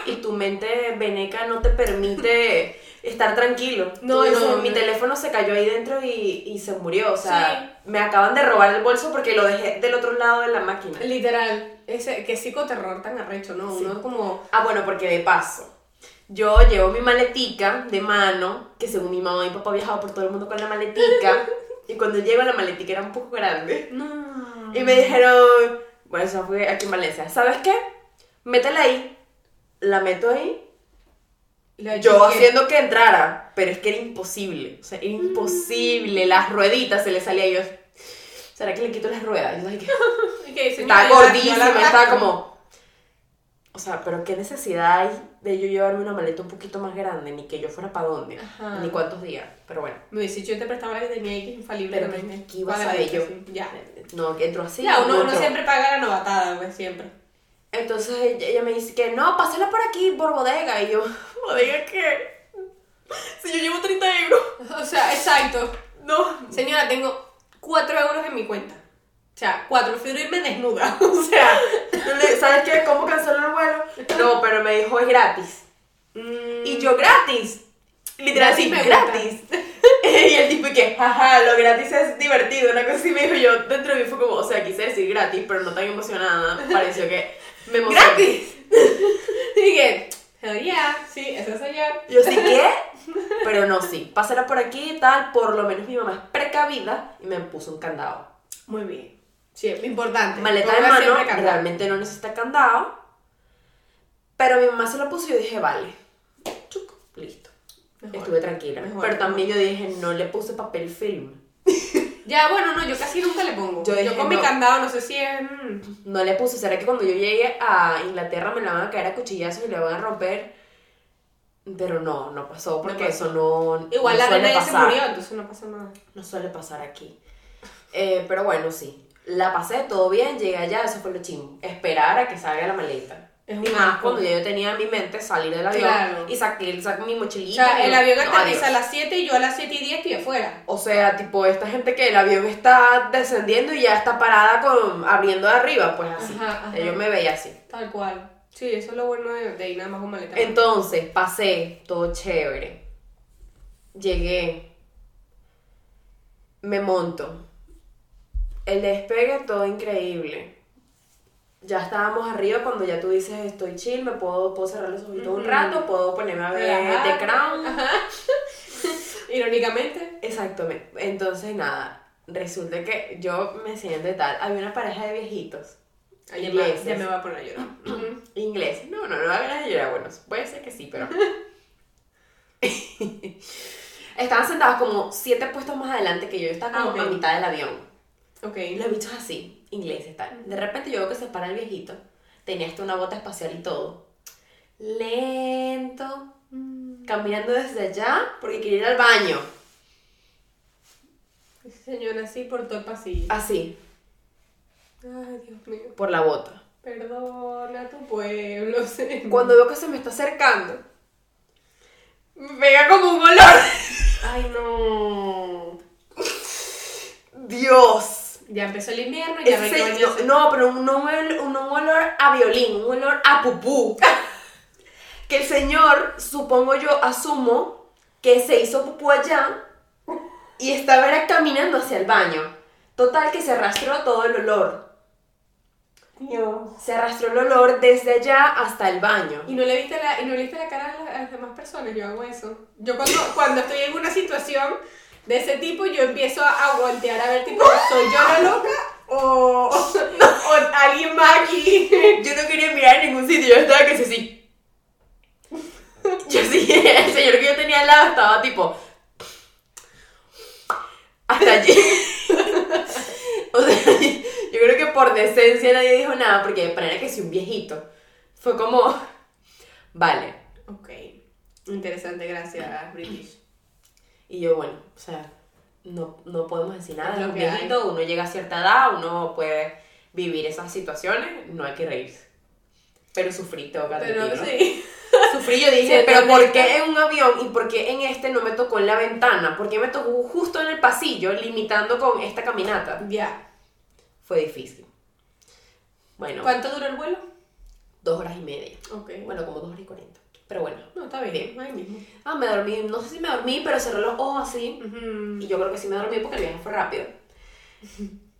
Speaker 1: Y tu mente veneca no te permite estar tranquilo.
Speaker 2: No,
Speaker 1: Tú
Speaker 2: no,
Speaker 1: dices,
Speaker 2: no.
Speaker 1: Mi teléfono se cayó ahí dentro y, y se murió. O sea, me acaban de robar el bolso porque lo dejé del otro lado de la máquina.
Speaker 2: Literal, ese, qué psicoterror tan arrecho, ¿no?
Speaker 1: Sí.
Speaker 2: Uno como.
Speaker 1: Ah, bueno, porque de paso, yo llevo mi maletica de mano, que según mi mamá y mi papá viajaba por todo el mundo con la maletica, y cuando llego la maletica era un poco grande.
Speaker 2: No.
Speaker 1: Y me dijeron, bueno, eso fue aquí en Valencia, ¿sabes qué? Métela ahí. La meto ahí. Yo haciendo que entrara, pero es que era imposible, o sea, era
Speaker 2: Mm.
Speaker 1: imposible, las rueditas se le salía y yo, ¿será que le quito las ruedas? Y yo dije, Estaba gordísima, estaba como. O sea, pero qué necesidad hay de yo llevarme una maleta un poquito más grande, ni que yo fuera para dónde,
Speaker 2: Ajá.
Speaker 1: ni cuántos días. Pero bueno,
Speaker 2: Me hubiese dicho, yo te prestaba la que tenía y que es infalible.
Speaker 1: Pero
Speaker 2: también,
Speaker 1: que- que iba a
Speaker 2: Paga la
Speaker 1: saber
Speaker 2: vista,
Speaker 1: yo.
Speaker 2: sí. Ya.
Speaker 1: no, que entró así.
Speaker 2: Ya,
Speaker 1: no
Speaker 2: uno, uno
Speaker 1: entró.
Speaker 2: siempre paga la novatada, pues, siempre.
Speaker 1: Entonces ella, ella me dice que no, pásala por aquí, por bodega. Y yo, ¿bodega qué? Si yo llevo 30 euros.
Speaker 2: O sea, exacto.
Speaker 1: No.
Speaker 2: Señora, tengo 4 euros en mi cuenta. O sea, 4, prefiero irme desnuda. O sea,
Speaker 1: Yo le- ¿Sabes qué? ¿Cómo canceló el vuelo? No, pero me dijo es gratis. Y yo, gratis. Literal,
Speaker 2: Gratis
Speaker 1: sí,
Speaker 2: me gusta.
Speaker 1: gratis. y el tipo, y que, jaja, lo gratis es divertido. Una cosa así me dijo yo, dentro de mí fue como, o sea, quise decir gratis, pero no tan emocionada. Pareció que me emocioné.
Speaker 2: ¡Gratis! Dije, hell yeah, sí, eso soy yo.
Speaker 1: Y Yo sí, ¿qué? Pero no, sí. Pasará por aquí y tal. Por lo menos mi mamá es precavida y me puso un candado.
Speaker 2: Muy bien. Sí, importante.
Speaker 1: Maleta de
Speaker 2: Ponga
Speaker 1: mano,
Speaker 2: siempre candado.
Speaker 1: realmente no necesita candado. Pero mi mamá se lo puso y yo dije, vale. Chuc, listo.
Speaker 2: Mejor.
Speaker 1: Estuve tranquila.
Speaker 2: Mejor.
Speaker 1: pero también yo dije, no le puse papel film.
Speaker 2: Ya, bueno, no, yo casi nunca le pongo.
Speaker 1: Yo
Speaker 2: Yo,
Speaker 1: dije,
Speaker 2: con mi
Speaker 1: no.
Speaker 2: candado, no sé si es. mm,
Speaker 1: No le puse. ¿Será que cuando yo llegue a Inglaterra me la van a caer a cuchillazos y le van a romper? Pero no, no pasó porque
Speaker 2: pasó.
Speaker 1: eso no.
Speaker 2: Igual
Speaker 1: no
Speaker 2: la
Speaker 1: suele
Speaker 2: reina ya se
Speaker 1: pasar.
Speaker 2: murió, entonces no pasa nada.
Speaker 1: No suele pasar aquí. Eh, pero bueno, sí. La pasé todo bien, llegué allá, eso fue lo chingo. Esperar a que salga la maleta.
Speaker 2: Es
Speaker 1: y
Speaker 2: un
Speaker 1: más
Speaker 2: asco.
Speaker 1: cuando ya yo tenía en mi mente salir del avión
Speaker 2: Claro.
Speaker 1: y saqué, saqué mi
Speaker 2: O
Speaker 1: mochilita.
Speaker 2: sea,
Speaker 1: y-
Speaker 2: el avión
Speaker 1: no,
Speaker 2: aterriza a
Speaker 1: adiós.
Speaker 2: las 7 y yo a las 7 y 10 estoy afuera.
Speaker 1: O sea, tipo, esta gente que el avión está descendiendo y ya está parada con abriendo de arriba, pues así.
Speaker 2: Ajá, ajá.
Speaker 1: Yo me veía así.
Speaker 2: Tal cual. Sí, eso es lo bueno de, de ir nada más con maleta.
Speaker 1: Entonces, pasé, todo chévere. Llegué. Me monto. El despegue, todo increíble. Ya estábamos arriba cuando ya tú dices, estoy chill, me puedo, puedo cerrar los ojitos un
Speaker 2: Ujú.
Speaker 1: rato, puedo ponerme a ver The
Speaker 2: Relajada.
Speaker 1: Crown.
Speaker 2: Ajá. Irónicamente.
Speaker 1: Exactamente. Entonces, nada, resulta que yo me siento y tal. Había una pareja de viejitos.
Speaker 2: Ay, ya,
Speaker 1: Ingleses.
Speaker 2: me, ya me va a poner a llorar. Ujú.
Speaker 1: Ingleses. No, no, no da ganas de llorar. Bueno, puede ser que sí, pero. Estaban sentados como siete puestos más adelante que yo. Yo estaba como
Speaker 2: Ah, ok.
Speaker 1: a mitad del avión.
Speaker 2: ok.
Speaker 1: Y los bichos así, ingleses tal. De repente yo veo que se para el viejito. Tenía hasta una bota espacial y todo. Lento. Caminando desde allá porque quería ir al baño.
Speaker 2: Esa Señora, sí, por todo el pasillo.
Speaker 1: Así,
Speaker 2: Ay, Dios mío.
Speaker 1: por la bota.
Speaker 2: Perdona tu pueblo, señor.
Speaker 1: Cuando veo que se me está acercando, me pega como un olor.
Speaker 2: Ay, no.
Speaker 1: Dios.
Speaker 2: Ya empezó el invierno y ya me
Speaker 1: Ese
Speaker 2: hay que
Speaker 1: se-
Speaker 2: bañarse.
Speaker 1: no, no, pero un, ol- un olor a violín, un olor a pupú. que el señor, supongo yo, asumo que se hizo pupú allá y estaba era caminando hacia el baño. Total que se arrastró todo el olor.
Speaker 2: Dios.
Speaker 1: Se arrastró el olor desde allá hasta el baño.
Speaker 2: Y no le viste la, y no le viste la cara a las, a las demás personas, yo hago eso. Yo cuando, cuando estoy en una situación de ese tipo, yo empiezo a, a voltear a ver, tipo,
Speaker 1: ¡Ah!
Speaker 2: ¿soy yo la loca? O, o alguien más aquí.
Speaker 1: Yo no quería mirar en ningún sitio, yo estaba que sí, sí. Yo sí, el señor que yo tenía al lado estaba tipo. Hasta allí. O sea, yo creo que por decencia nadie dijo nada, porque de manera que si un viejito. Fue como. Vale.
Speaker 2: Ok. Interesante, gracias, British.
Speaker 1: Y yo, bueno, o sea, no, no podemos decir nada.
Speaker 2: Es
Speaker 1: Es
Speaker 2: lo
Speaker 1: un
Speaker 2: que hay.
Speaker 1: viejito, uno llega a cierta edad, uno puede vivir esas situaciones, no hay que reírse. Pero sufrí, tengo que
Speaker 2: Pero
Speaker 1: admitirlo.
Speaker 2: sí.
Speaker 1: Sufrí, yo dije,
Speaker 2: Sí,
Speaker 1: pero
Speaker 2: también.
Speaker 1: ¿por qué en un avión y por qué en este no me tocó en la ventana? ¿Por qué me tocó justo en el pasillo, limitando con esta caminata?
Speaker 2: Ya.
Speaker 1: Fue difícil. Bueno,
Speaker 2: ¿Cuánto duró el vuelo?
Speaker 1: dos horas y media.
Speaker 2: Ok.
Speaker 1: Bueno, como dos horas y cuarenta. Pero bueno.
Speaker 2: No, está bien. Ahí mismo.
Speaker 1: Ah, me dormí, no sé si me dormí, pero cerré los ojos así. Y
Speaker 2: Ujú.
Speaker 1: yo creo que sí me dormí porque el viaje fue rápido.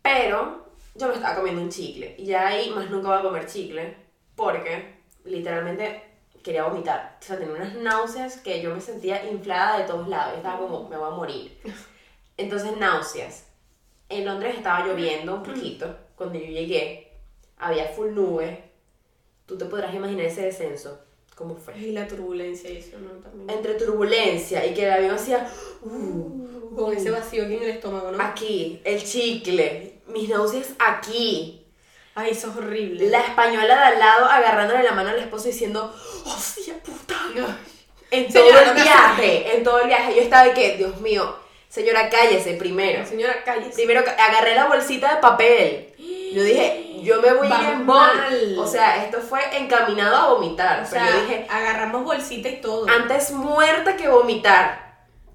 Speaker 1: Pero yo me estaba comiendo un chicle. Y ya ahí más nunca voy a comer chicle. Porque literalmente quería vomitar. O sea, tenía unas náuseas que yo me sentía inflada de todos lados. Yo estaba como, me voy a morir. Entonces, náuseas. En Londres estaba lloviendo un poquito. Cuando yo llegué, había full nube. Tú te podrás imaginar ese descenso. ¿Cómo fue?
Speaker 2: Y la turbulencia y eso, ¿no? También.
Speaker 1: Entre turbulencia y que el avión hacía... uh,
Speaker 2: Con ese vacío aquí en el estómago, ¿no?
Speaker 1: Aquí, el chicle, mis náuseas aquí.
Speaker 2: Ay, eso es horrible.
Speaker 1: La española de al lado agarrándole la mano al esposo diciendo, ¡hostia puta!
Speaker 2: No.
Speaker 1: En todo
Speaker 2: Señora, no
Speaker 1: el
Speaker 2: me
Speaker 1: viaje, en todo el viaje. Yo estaba de que, Dios mío, señora, cállese primero.
Speaker 2: Señora, cállese.
Speaker 1: Primero ca- agarré la bolsita de papel. Yo dije, yo me voy a ir
Speaker 2: Vamos
Speaker 1: en
Speaker 2: mal.
Speaker 1: bol. O sea, esto fue encaminado a vomitar.
Speaker 2: O
Speaker 1: pero
Speaker 2: sea,
Speaker 1: yo dije,
Speaker 2: agarramos bolsita y todo.
Speaker 1: antes muerta que vomitar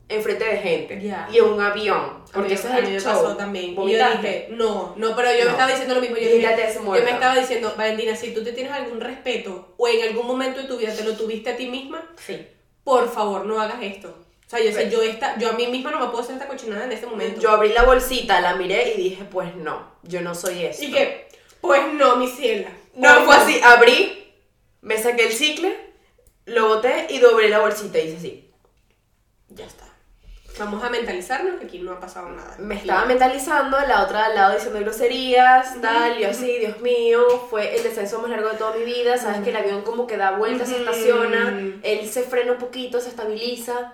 Speaker 1: enfrente de gente
Speaker 2: Ya.
Speaker 1: y en un avión.
Speaker 2: A
Speaker 1: Porque
Speaker 2: mí-
Speaker 1: eso es
Speaker 2: a
Speaker 1: el
Speaker 2: mí me
Speaker 1: show.
Speaker 2: pasó también. Y yo
Speaker 1: Vomitaste.
Speaker 2: dije, no, no, pero yo
Speaker 1: No.
Speaker 2: me estaba diciendo lo mismo. Yo,
Speaker 1: Dígate
Speaker 2: dije,
Speaker 1: ese
Speaker 2: yo
Speaker 1: muerto.
Speaker 2: me estaba diciendo, Valentina, si tú te tienes algún respeto o en algún momento de tu vida te lo tuviste a ti misma,
Speaker 1: Sí.
Speaker 2: por favor no hagas esto. O sea, yo, sé,
Speaker 1: Sí.
Speaker 2: yo, esta, yo a mí misma no me puedo hacer esta cochinada en este momento.
Speaker 1: Yo abrí la bolsita, la miré y dije, pues no, yo no soy eso.
Speaker 2: y que, pues no, mi ciela.
Speaker 1: No,
Speaker 2: Pues
Speaker 1: fue así, abrí, me saqué el chicle, lo boté y doblé la bolsita y hice así.
Speaker 2: Ya está. Vamos a mentalizarnos que aquí no ha pasado nada.
Speaker 1: me estaba mentalizando, la otra al lado diciendo groserías, tal, y yo así, Dios mío, fue el descenso más largo de toda mi vida, sabes que el avión como que da vueltas, se
Speaker 2: Ujú.
Speaker 1: estaciona, él se frena un poquito, se estabiliza.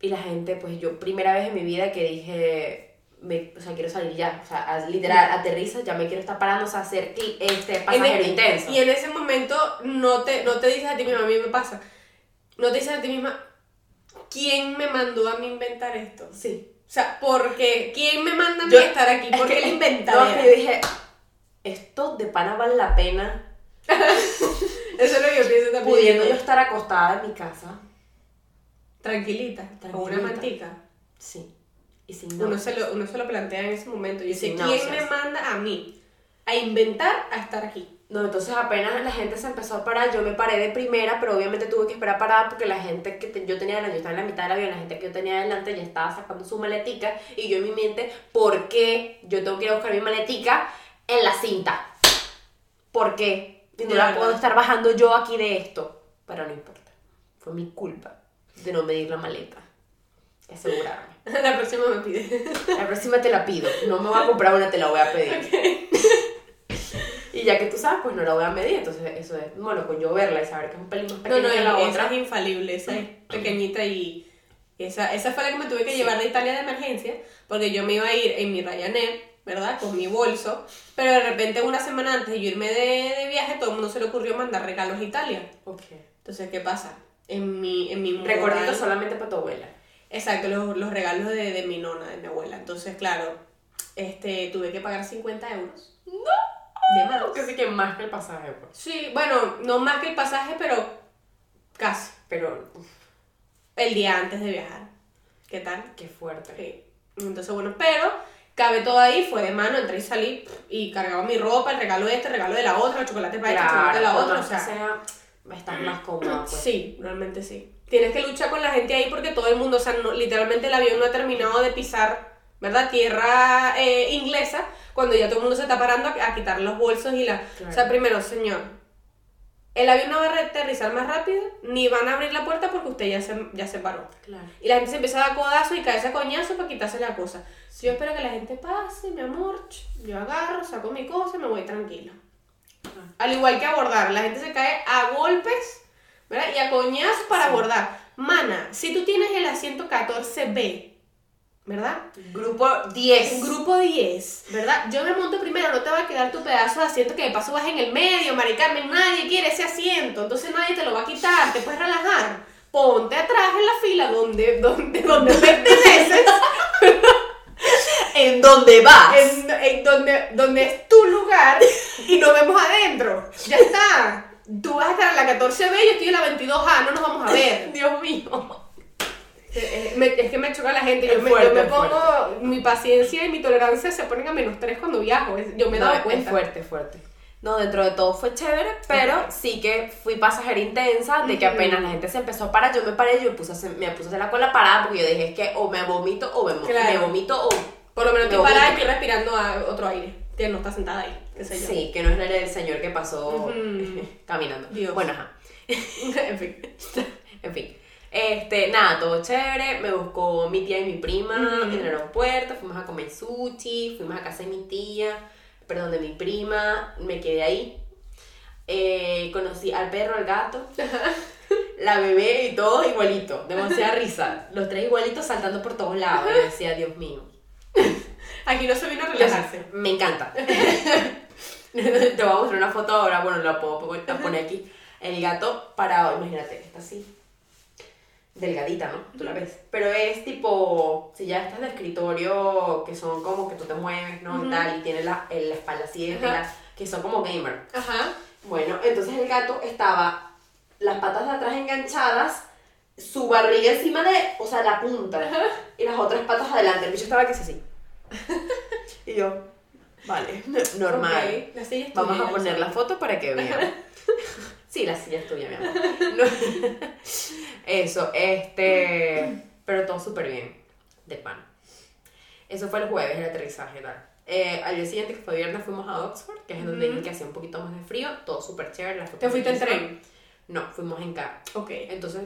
Speaker 1: Y la gente, pues yo primera vez en mi vida que dije, me- o sea, quiero salir ya, o sea, a- literal, aterriza, ya me quiero estar parando, o sea, hacer cli- este
Speaker 2: En
Speaker 1: pasajero
Speaker 2: e-
Speaker 1: intenso.
Speaker 2: Y en ese momento no te, no te dices a ti misma, a mí me pasa. No te dices a ti misma, ¿quién me mandó a mí inventar esto?
Speaker 1: Sí.
Speaker 2: O sea, porque ¿quién me manda a mí
Speaker 1: Yo-
Speaker 2: estar aquí? Porque el
Speaker 1: No,
Speaker 2: inventador.
Speaker 1: pero yo dije, esto de pana vale la pena,
Speaker 2: Eso es lo que yo pienso también.
Speaker 1: pudiendo yo estar acostada en mi casa.
Speaker 2: Tranquilita, con una
Speaker 1: Tranquilita.
Speaker 2: mantica.
Speaker 1: Sí. Y sin
Speaker 2: Uno,
Speaker 1: no.
Speaker 2: se lo, uno se lo plantea en ese momento. Yo
Speaker 1: Sí,
Speaker 2: dice,
Speaker 1: no,
Speaker 2: ¿quién
Speaker 1: o sea,
Speaker 2: me
Speaker 1: sí.
Speaker 2: manda a mí a inventar a estar aquí?
Speaker 1: No, entonces apenas la gente se empezó a parar, yo me paré de primera, pero obviamente tuve que esperar parada porque la gente que te- yo tenía delante, yo estaba en la mitad del avión, la gente que yo tenía delante ya estaba sacando su maletica y yo en mi mente, ¿por qué yo tengo que ir a buscar mi maletica en la cinta? ¿Por qué? Y no
Speaker 2: De
Speaker 1: la
Speaker 2: verdad.
Speaker 1: puedo estar bajando yo aquí de esto, pero no importa. Fue mi culpa de no medir la maleta. Asegurarme.
Speaker 2: La próxima me pide.
Speaker 1: La próxima te la pido. No me voy a comprar una, te la voy a pedir. y ya que tú sabes, pues no la voy a medir. Entonces, eso es, bueno, con yo verla y saber que es un pelín más
Speaker 2: No,
Speaker 1: pequeño
Speaker 2: no,
Speaker 1: que la
Speaker 2: esa
Speaker 1: otra.
Speaker 2: es infalible, esa es pequeñita y esa, esa fue la que me tuve que llevar de Italia de emergencia, porque yo me iba a ir en mi Ryanair, ¿verdad? Con mi bolso, pero de repente una semana antes de yo irme de, de viaje, todo el mundo se le ocurrió mandar regalos a Italia.
Speaker 1: Ok.
Speaker 2: Entonces, ¿qué pasa? En mi, en mi mural-
Speaker 1: Recordito solamente para tu abuela.
Speaker 2: Exacto, los, los regalos de, de mi nona, de mi abuela. Entonces, claro, este, tuve que pagar 50 euros. ¡No! De más.
Speaker 1: Casi que más que el pasaje, pues.
Speaker 2: Sí, bueno, no más que el pasaje, pero casi.
Speaker 1: Pero, uf,
Speaker 2: El día antes de viajar. ¿Qué tal?
Speaker 1: qué fuerte.
Speaker 2: Sí. Entonces, bueno, pero cabe todo ahí, fue de mano, entré y salí pff, y cargaba mi ropa, el regalo de este, el regalo de la otra, el chocolate para esta, el chocolate de la
Speaker 1: cuando
Speaker 2: otra, o
Speaker 1: más
Speaker 2: sea.
Speaker 1: sea, estás más cómoda, pues.
Speaker 2: Sí, realmente sí. Tienes que luchar con la gente ahí porque todo el mundo, o sea, no- literalmente el avión no ha terminado de pisar, ¿verdad? Tierra eh, inglesa, cuando ya todo el mundo se está parando a, a quitar los bolsos y la... O sea,
Speaker 1: Claro.
Speaker 2: primero, señor, el avión no va a aterrizar más rápido, ni van a abrir la puerta porque usted ya se, ya se paró.
Speaker 1: Claro.
Speaker 2: Y la gente se empieza a dar codazo y caerse a coñazo para quitarse la cosa. Yo espero que la gente pase, mi amor. ch, Yo agarro, saco mi cosa y me voy tranquila. Al igual que abordar, la gente se cae a golpes, ¿verdad? Y a coñazos para
Speaker 1: Sí.
Speaker 2: abordar. Mana, si tú tienes el asiento 14B, ¿verdad?
Speaker 1: Grupo
Speaker 2: Un
Speaker 1: 10.
Speaker 2: grupo 10, ¿verdad? Yo me monto primero, no te va a quedar tu pedazo de asiento que de paso vas en el medio, Mari Carmen, nadie quiere ese asiento, entonces nadie te lo va a quitar, te puedes relajar. Ponte atrás en la fila donde, donde, donde perteneces,
Speaker 1: ¿En dónde vas?
Speaker 2: en, en donde, donde es tu lugar y nos vemos adentro. Ya está. Tú vas a estar en la 14B, yo estoy en la 22A, no nos vamos a ver.
Speaker 1: Dios mío.
Speaker 2: Eh, eh, me- es que me choca la gente. Yo,
Speaker 1: Es
Speaker 2: me,
Speaker 1: fuerte,
Speaker 2: yo me
Speaker 1: es
Speaker 2: pongo. Mi paciencia y mi tolerancia se ponen a menos 3 cuando viajo. es- Yo me he
Speaker 1: No,
Speaker 2: dado
Speaker 1: es
Speaker 2: cuenta.
Speaker 1: fuerte, fuerte. No, dentro de todo fue chévere, pero
Speaker 2: Ok.
Speaker 1: sí que fui pasajera intensa, de que
Speaker 2: Ujú.
Speaker 1: apenas la gente se empezó a parar, yo me paré, yo me puse a hacer, me puse a hacer la cola parada porque yo dije es que o me vomito o me, mo-
Speaker 2: Claro.
Speaker 1: me vomito o...
Speaker 2: Por lo menos
Speaker 1: Me
Speaker 2: estoy parada y
Speaker 1: vomito.
Speaker 2: estoy respirando a otro aire. Que no está sentada ahí. Qué sé yo.
Speaker 1: Sí, que no es el señor que pasó
Speaker 2: Ujú.
Speaker 1: caminando.
Speaker 2: Dios.
Speaker 1: Bueno, ajá.
Speaker 2: en fin.
Speaker 1: En fin. Este, nada, todo chévere. Me buscó mi tía y mi prima
Speaker 2: Ujú.
Speaker 1: en el aeropuerto. Fuimos a comer sushi. Fuimos a casa de mi tía. Perdón, de mi prima. Me quedé ahí. Eh, conocí al perro, al gato, la bebé y todo igualito. Demasiada risa. Los tres igualitos saltando por todos lados. Y yo decía, Dios mío.
Speaker 2: Aquí no se vino a relajarse.
Speaker 1: Me encanta. Te voy a mostrar una foto ahora, bueno, la puedo po- la poner aquí. El gato parado, imagínate, está así. Delgadita, ¿no? Tú la ves. Pero es tipo, si ya estás de escritorio, que son como que tú te mueves, ¿no? Y
Speaker 2: Ujú.
Speaker 1: tal, y tiene la, el- la espalda así, de
Speaker 2: Ajá.
Speaker 1: tela, que son como gamer.
Speaker 2: Ajá.
Speaker 1: Bueno, entonces el gato estaba las patas de atrás enganchadas, su barriga encima de, o sea, la punta, y las otras patas adelante. El bicho estaba que es así. Y yo, vale, normal.
Speaker 2: Ok, La silla es
Speaker 1: Vamos
Speaker 2: tuya,
Speaker 1: a poner la
Speaker 2: Elizabeth.
Speaker 1: foto para que vean. Sí, la silla es tuya, mi amor. No- Eso, este. Pero todo súper bien, de pan. Eso fue el jueves, el aterrizaje, tal. Eh, al día siguiente, que fue viernes, fuimos a Oxford, que es donde
Speaker 2: Ujú.
Speaker 1: dije que hacía un poquito más de frío, todo súper chévere. las
Speaker 2: ¿Te
Speaker 1: fotos
Speaker 2: fuiste en
Speaker 1: bellísimas.
Speaker 2: tren?
Speaker 1: No, fuimos en carro.
Speaker 2: Ok.
Speaker 1: Entonces,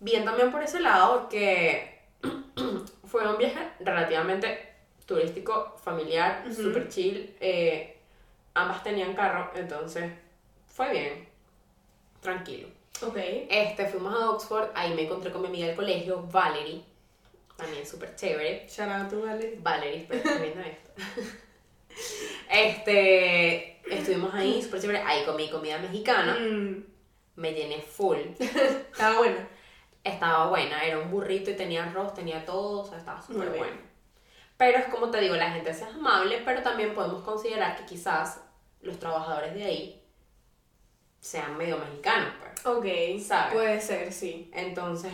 Speaker 1: bien también por ese lado que fue un viaje relativamente turístico, familiar,
Speaker 2: Ujú.
Speaker 1: super chill. eh, ambas tenían carro, entonces fue bien, tranquilo.
Speaker 2: Ok.
Speaker 1: Este, fuimos a Oxford, ahí me encontré con mi amiga del colegio, Valerie, también súper chévere.
Speaker 2: Shout out to Valerie.
Speaker 1: Valerie, espero que estés viendo esto. Este, estuvimos ahí, súper chévere. Ahí comí comida mexicana,
Speaker 2: Mm,
Speaker 1: me llené full.
Speaker 2: estaba buena.
Speaker 1: Estaba buena, era un burrito y tenía arroz, tenía todo, o sea, estaba súper
Speaker 2: Muy bien.
Speaker 1: bueno. Pero es como te digo, la gente es amable, pero también podemos considerar que quizás los trabajadores de ahí sean medio mexicanos, pues.
Speaker 2: Ok.
Speaker 1: Sabe.
Speaker 2: Puede ser, sí.
Speaker 1: Entonces,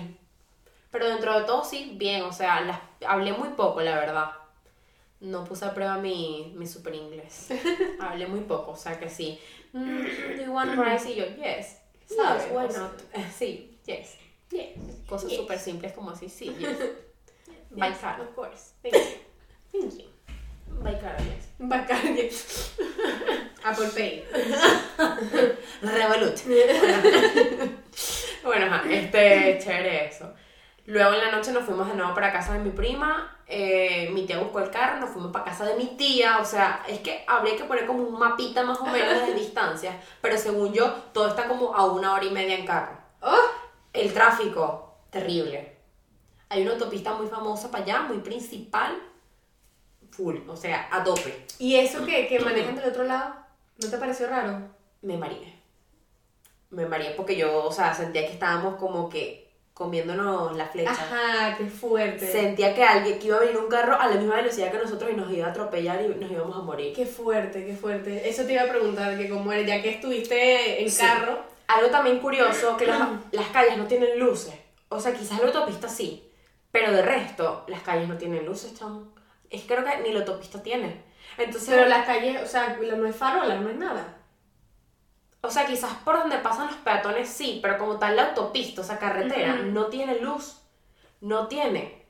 Speaker 1: pero dentro de todo sí, bien, o sea, las, hablé muy poco, la verdad. No puse a prueba mi, mi super inglés. Hablé muy poco, o sea que sí. Mm, do you want rice? Y yo, yes. ¿Sabes?
Speaker 2: Yes.
Speaker 1: Why not? Sí, yes.
Speaker 2: Yes.
Speaker 1: Cosas
Speaker 2: Yes.
Speaker 1: súper simples como así, sí, yes. By car.
Speaker 2: Of course. Thank you.
Speaker 1: Thank you. By car, yes.
Speaker 2: Bacardi. Apple Pay.
Speaker 1: Revolut. bueno, ajá, este, chévere eso. Luego en la noche nos fuimos de nuevo para casa de mi prima. eh, mi tía buscó el carro, nos fuimos para casa de mi tía. O sea, es que habría que poner como un mapita más o menos de distancias. Pero según yo, todo está como a una hora y media en carro.
Speaker 2: Oh,
Speaker 1: El tráfico, terrible. Hay una autopista muy famosa para allá, muy principal. Full, o sea, a tope.
Speaker 2: ¿Y eso que, que manejan del otro lado? ¿No te pareció raro?
Speaker 1: me mareé. Me mareé porque yo, o sea, sentía que estábamos como que comiéndonos la flecha.
Speaker 2: Ajá, qué fuerte.
Speaker 1: Sentía que alguien que iba a venir un carro a la misma velocidad que nosotros y nos iba a atropellar y nos íbamos a morir.
Speaker 2: Qué fuerte, qué fuerte. Eso te iba a preguntar, que como eres, ya que estuviste en
Speaker 1: Sí.
Speaker 2: carro.
Speaker 1: Algo también curioso, que las, las calles no tienen luces. O sea, quizás la autopista sí, pero de resto, las calles no tienen luces, chamo. Es que creo que ni la autopista tiene. Entonces,
Speaker 2: Pero las calles, o sea, la- no es farola, no es nada.
Speaker 1: o sea, quizás por donde pasan los peatones sí, pero como tal la autopista, o sea, carretera,
Speaker 2: Ujú.
Speaker 1: no tiene luz. No tiene.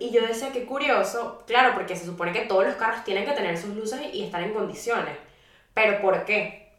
Speaker 1: Y yo decía que curioso, claro, porque se supone que todos los carros tienen que tener sus luces y estar en condiciones. Pero ¿por qué?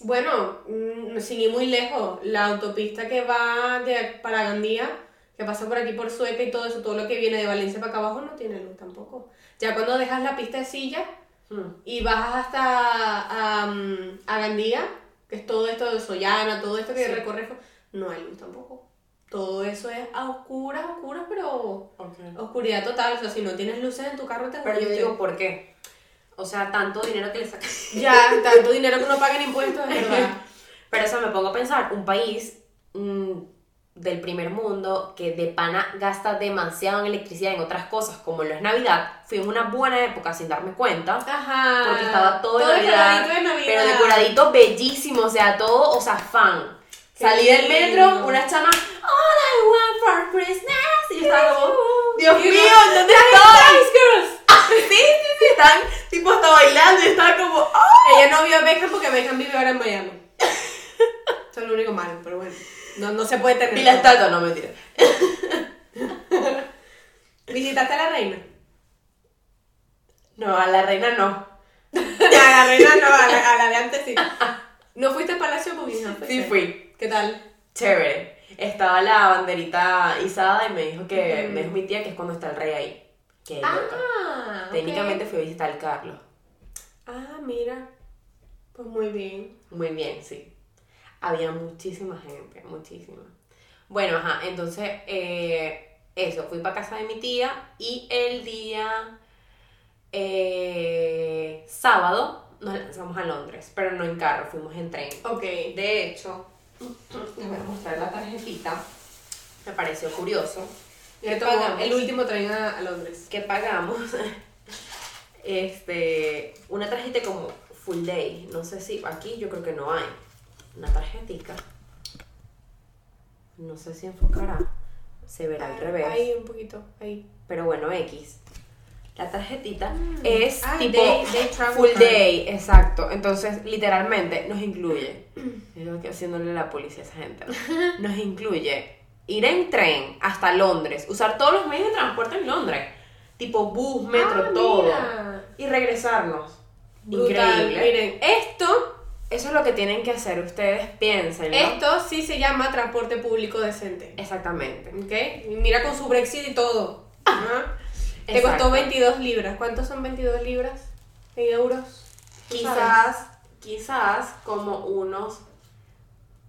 Speaker 2: Bueno, mm, sin ir muy lejos, la autopista que va de, para Gandía, que pasa por aquí por Sueca y todo eso, todo lo que viene de Valencia para acá abajo no tiene luz tampoco. Ya cuando dejas la pista de silla
Speaker 1: Hmm.
Speaker 2: y bajas hasta am, a Gandía, que es todo esto de Sollana, todo esto que
Speaker 1: Sí.
Speaker 2: recorres, no hay luz tampoco. Todo eso es a oscuras, oscuras, pero Oscuridad total, o sea, si no tienes luces en tu carro te
Speaker 1: Pero yo
Speaker 2: jodiste.
Speaker 1: digo, ¿por qué? O sea, tanto dinero que le sacan.
Speaker 2: ya, tanto dinero que uno paga en impuestos, es verdad.
Speaker 1: Pero o sea, me pongo a pensar, un país mm, del primer mundo que de pana gasta demasiado en electricidad en otras cosas, como lo es Navidad, fui en una buena época sin darme cuenta.
Speaker 2: Ajá.
Speaker 1: porque estaba todo, de Navidad,
Speaker 2: decoradito de Navidad.
Speaker 1: pero decoradito bellísimo, o sea, todo, o sea, fan.
Speaker 2: Qué
Speaker 1: Salí del metro,
Speaker 2: lindo.
Speaker 1: una chama, all I want for Christmas, y yo estaba como, Dios
Speaker 2: Y
Speaker 1: mío,
Speaker 2: uno,
Speaker 1: ¿dónde
Speaker 2: Spice
Speaker 1: estoy?
Speaker 2: Girls.
Speaker 1: sí, sí, sí, están, tipo, hasta bailando, y yo estaba como, ¡oh!
Speaker 2: Ella no vio a Beckham porque Beckham vive ahora en Miami. Eso es lo único malo, pero bueno. No, no se puede tener.
Speaker 1: Y la
Speaker 2: todo.
Speaker 1: estatua, no, mentira.
Speaker 2: ¿Visitaste a la reina?
Speaker 1: No, a la reina no.
Speaker 2: Ya, a la reina no, a la, a la de antes sí. ¿No fuiste al Palacio Buckingham?
Speaker 1: Sí fui,
Speaker 2: ¿Qué tal?
Speaker 1: chévere. Estaba la banderita izada y me dijo que,
Speaker 2: Ujú.
Speaker 1: me dijo mi tía que es cuando está el rey ahí. Que loca.
Speaker 2: Ah, ok.
Speaker 1: Técnicamente fui a visitar al Carlos.
Speaker 2: Ah, mira. Pues muy bien.
Speaker 1: Muy bien, sí. Había muchísima gente, muchísima. Bueno, ajá, entonces, eh, eso, fui para casa de mi tía y el día eh, sábado nos lanzamos a Londres, pero no en carro, fuimos en tren.
Speaker 2: Ok.
Speaker 1: De hecho, les voy a mostrar la tarjetita. Me pareció curioso
Speaker 2: Le
Speaker 1: ¿Qué
Speaker 2: tocó
Speaker 1: pagamos?
Speaker 2: el último tren a, a Londres.
Speaker 1: que pagamos este, una tarjeta como full day. No sé si aquí yo creo que no hay. Una tarjetica. No sé si enfocará. Se verá al revés.
Speaker 2: Ahí un poquito, ahí.
Speaker 1: Pero bueno, X. La tarjetita
Speaker 2: Mm.
Speaker 1: es
Speaker 2: Ah,
Speaker 1: tipo
Speaker 2: day- day travel
Speaker 1: full
Speaker 2: card.
Speaker 1: day, exacto. Entonces, literalmente, nos incluye. Yo que haciéndole la policía a esa gente. ¿no? Nos incluye ir en tren hasta Londres, usar todos los medios de transporte en Londres, tipo bus, metro,
Speaker 2: Ah,
Speaker 1: todo.
Speaker 2: mira.
Speaker 1: Y regresarnos.
Speaker 2: Brutal.
Speaker 1: Increíble.
Speaker 2: Miren, esto
Speaker 1: Eso es es lo que tienen que hacer ustedes, piensen.
Speaker 2: Esto sí se llama transporte público decente.
Speaker 1: Exactamente.
Speaker 2: ¿Ok? Y mira con su Brexit y todo. Ajá. Te
Speaker 1: Exacto.
Speaker 2: costó 22 libras. ¿Cuántos son 22 libras? ¿En euros? ¿Tú sabes?
Speaker 1: Quizás, quizás como unos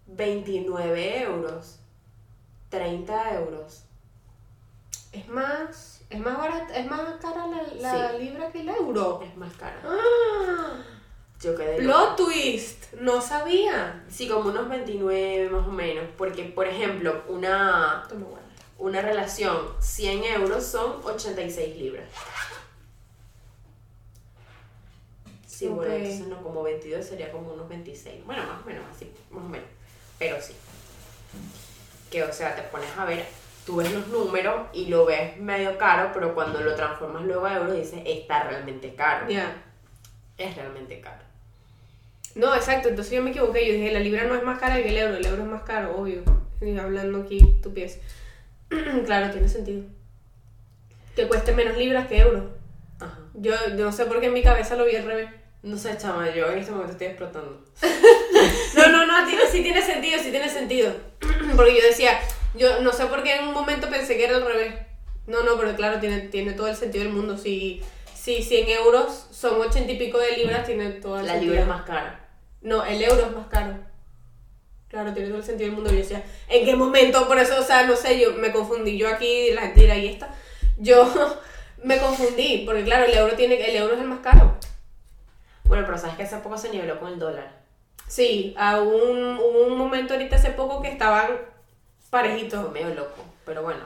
Speaker 1: 29 euros, 30 euros.
Speaker 2: Es más. Es más barata, es más cara la, la
Speaker 1: Sí.
Speaker 2: libra que el euro.
Speaker 1: Es más caro.
Speaker 2: Ah,
Speaker 1: Yo quedé. loca.
Speaker 2: plot twist. No sabía.
Speaker 1: Sí, como unos 29 más o menos. Porque, por ejemplo, una,
Speaker 2: Toma guarda.
Speaker 1: una relación 100 euros son 86 libras. Sí, bueno,
Speaker 2: Ok.
Speaker 1: entonces no, como 22 sería como unos 26. Bueno, más o menos, así, más o menos. Pero sí. Que, o sea, te pones a ver, tú ves los números y lo ves medio caro, pero cuando lo transformas luego a euros dices, está realmente caro.
Speaker 2: Ya.
Speaker 1: Es realmente caro.
Speaker 2: No, exacto, entonces yo me equivoqué, yo dije, la libra no es más cara que el euro, el euro es más caro, obvio. Y hablando aquí, tu pies. claro, tiene sentido. Que cueste menos libras que euros.
Speaker 1: Ajá.
Speaker 2: Yo, yo no sé por qué en mi cabeza lo vi al revés.
Speaker 1: No sé, chama, yo en este momento estoy explotando.
Speaker 2: No, no, no, tiene, sí tiene sentido, sí tiene sentido. Porque yo decía, yo no sé por qué en un momento pensé que era al revés. No, no, pero claro, tiene, tiene todo el sentido del mundo. Si, si 100 euros son 80 y pico de libras, tiene todo el
Speaker 1: La
Speaker 2: sentido.
Speaker 1: libra es más cara.
Speaker 2: No, el euro es más caro. Claro, tiene todo el sentido del mundo. Yo decía, ¿en qué momento? Por eso, o sea, no sé, yo me confundí. Yo aquí, la gente dirá, ¿y esta? Yo me confundí, porque claro, el euro, tiene, el euro es el más caro.
Speaker 1: Bueno, pero sabes que hace poco se niveló con el dólar.
Speaker 2: Sí, a un, hubo un momento ahorita hace poco que estaban
Speaker 1: Fue
Speaker 2: parejitos.
Speaker 1: medio loco, pero bueno.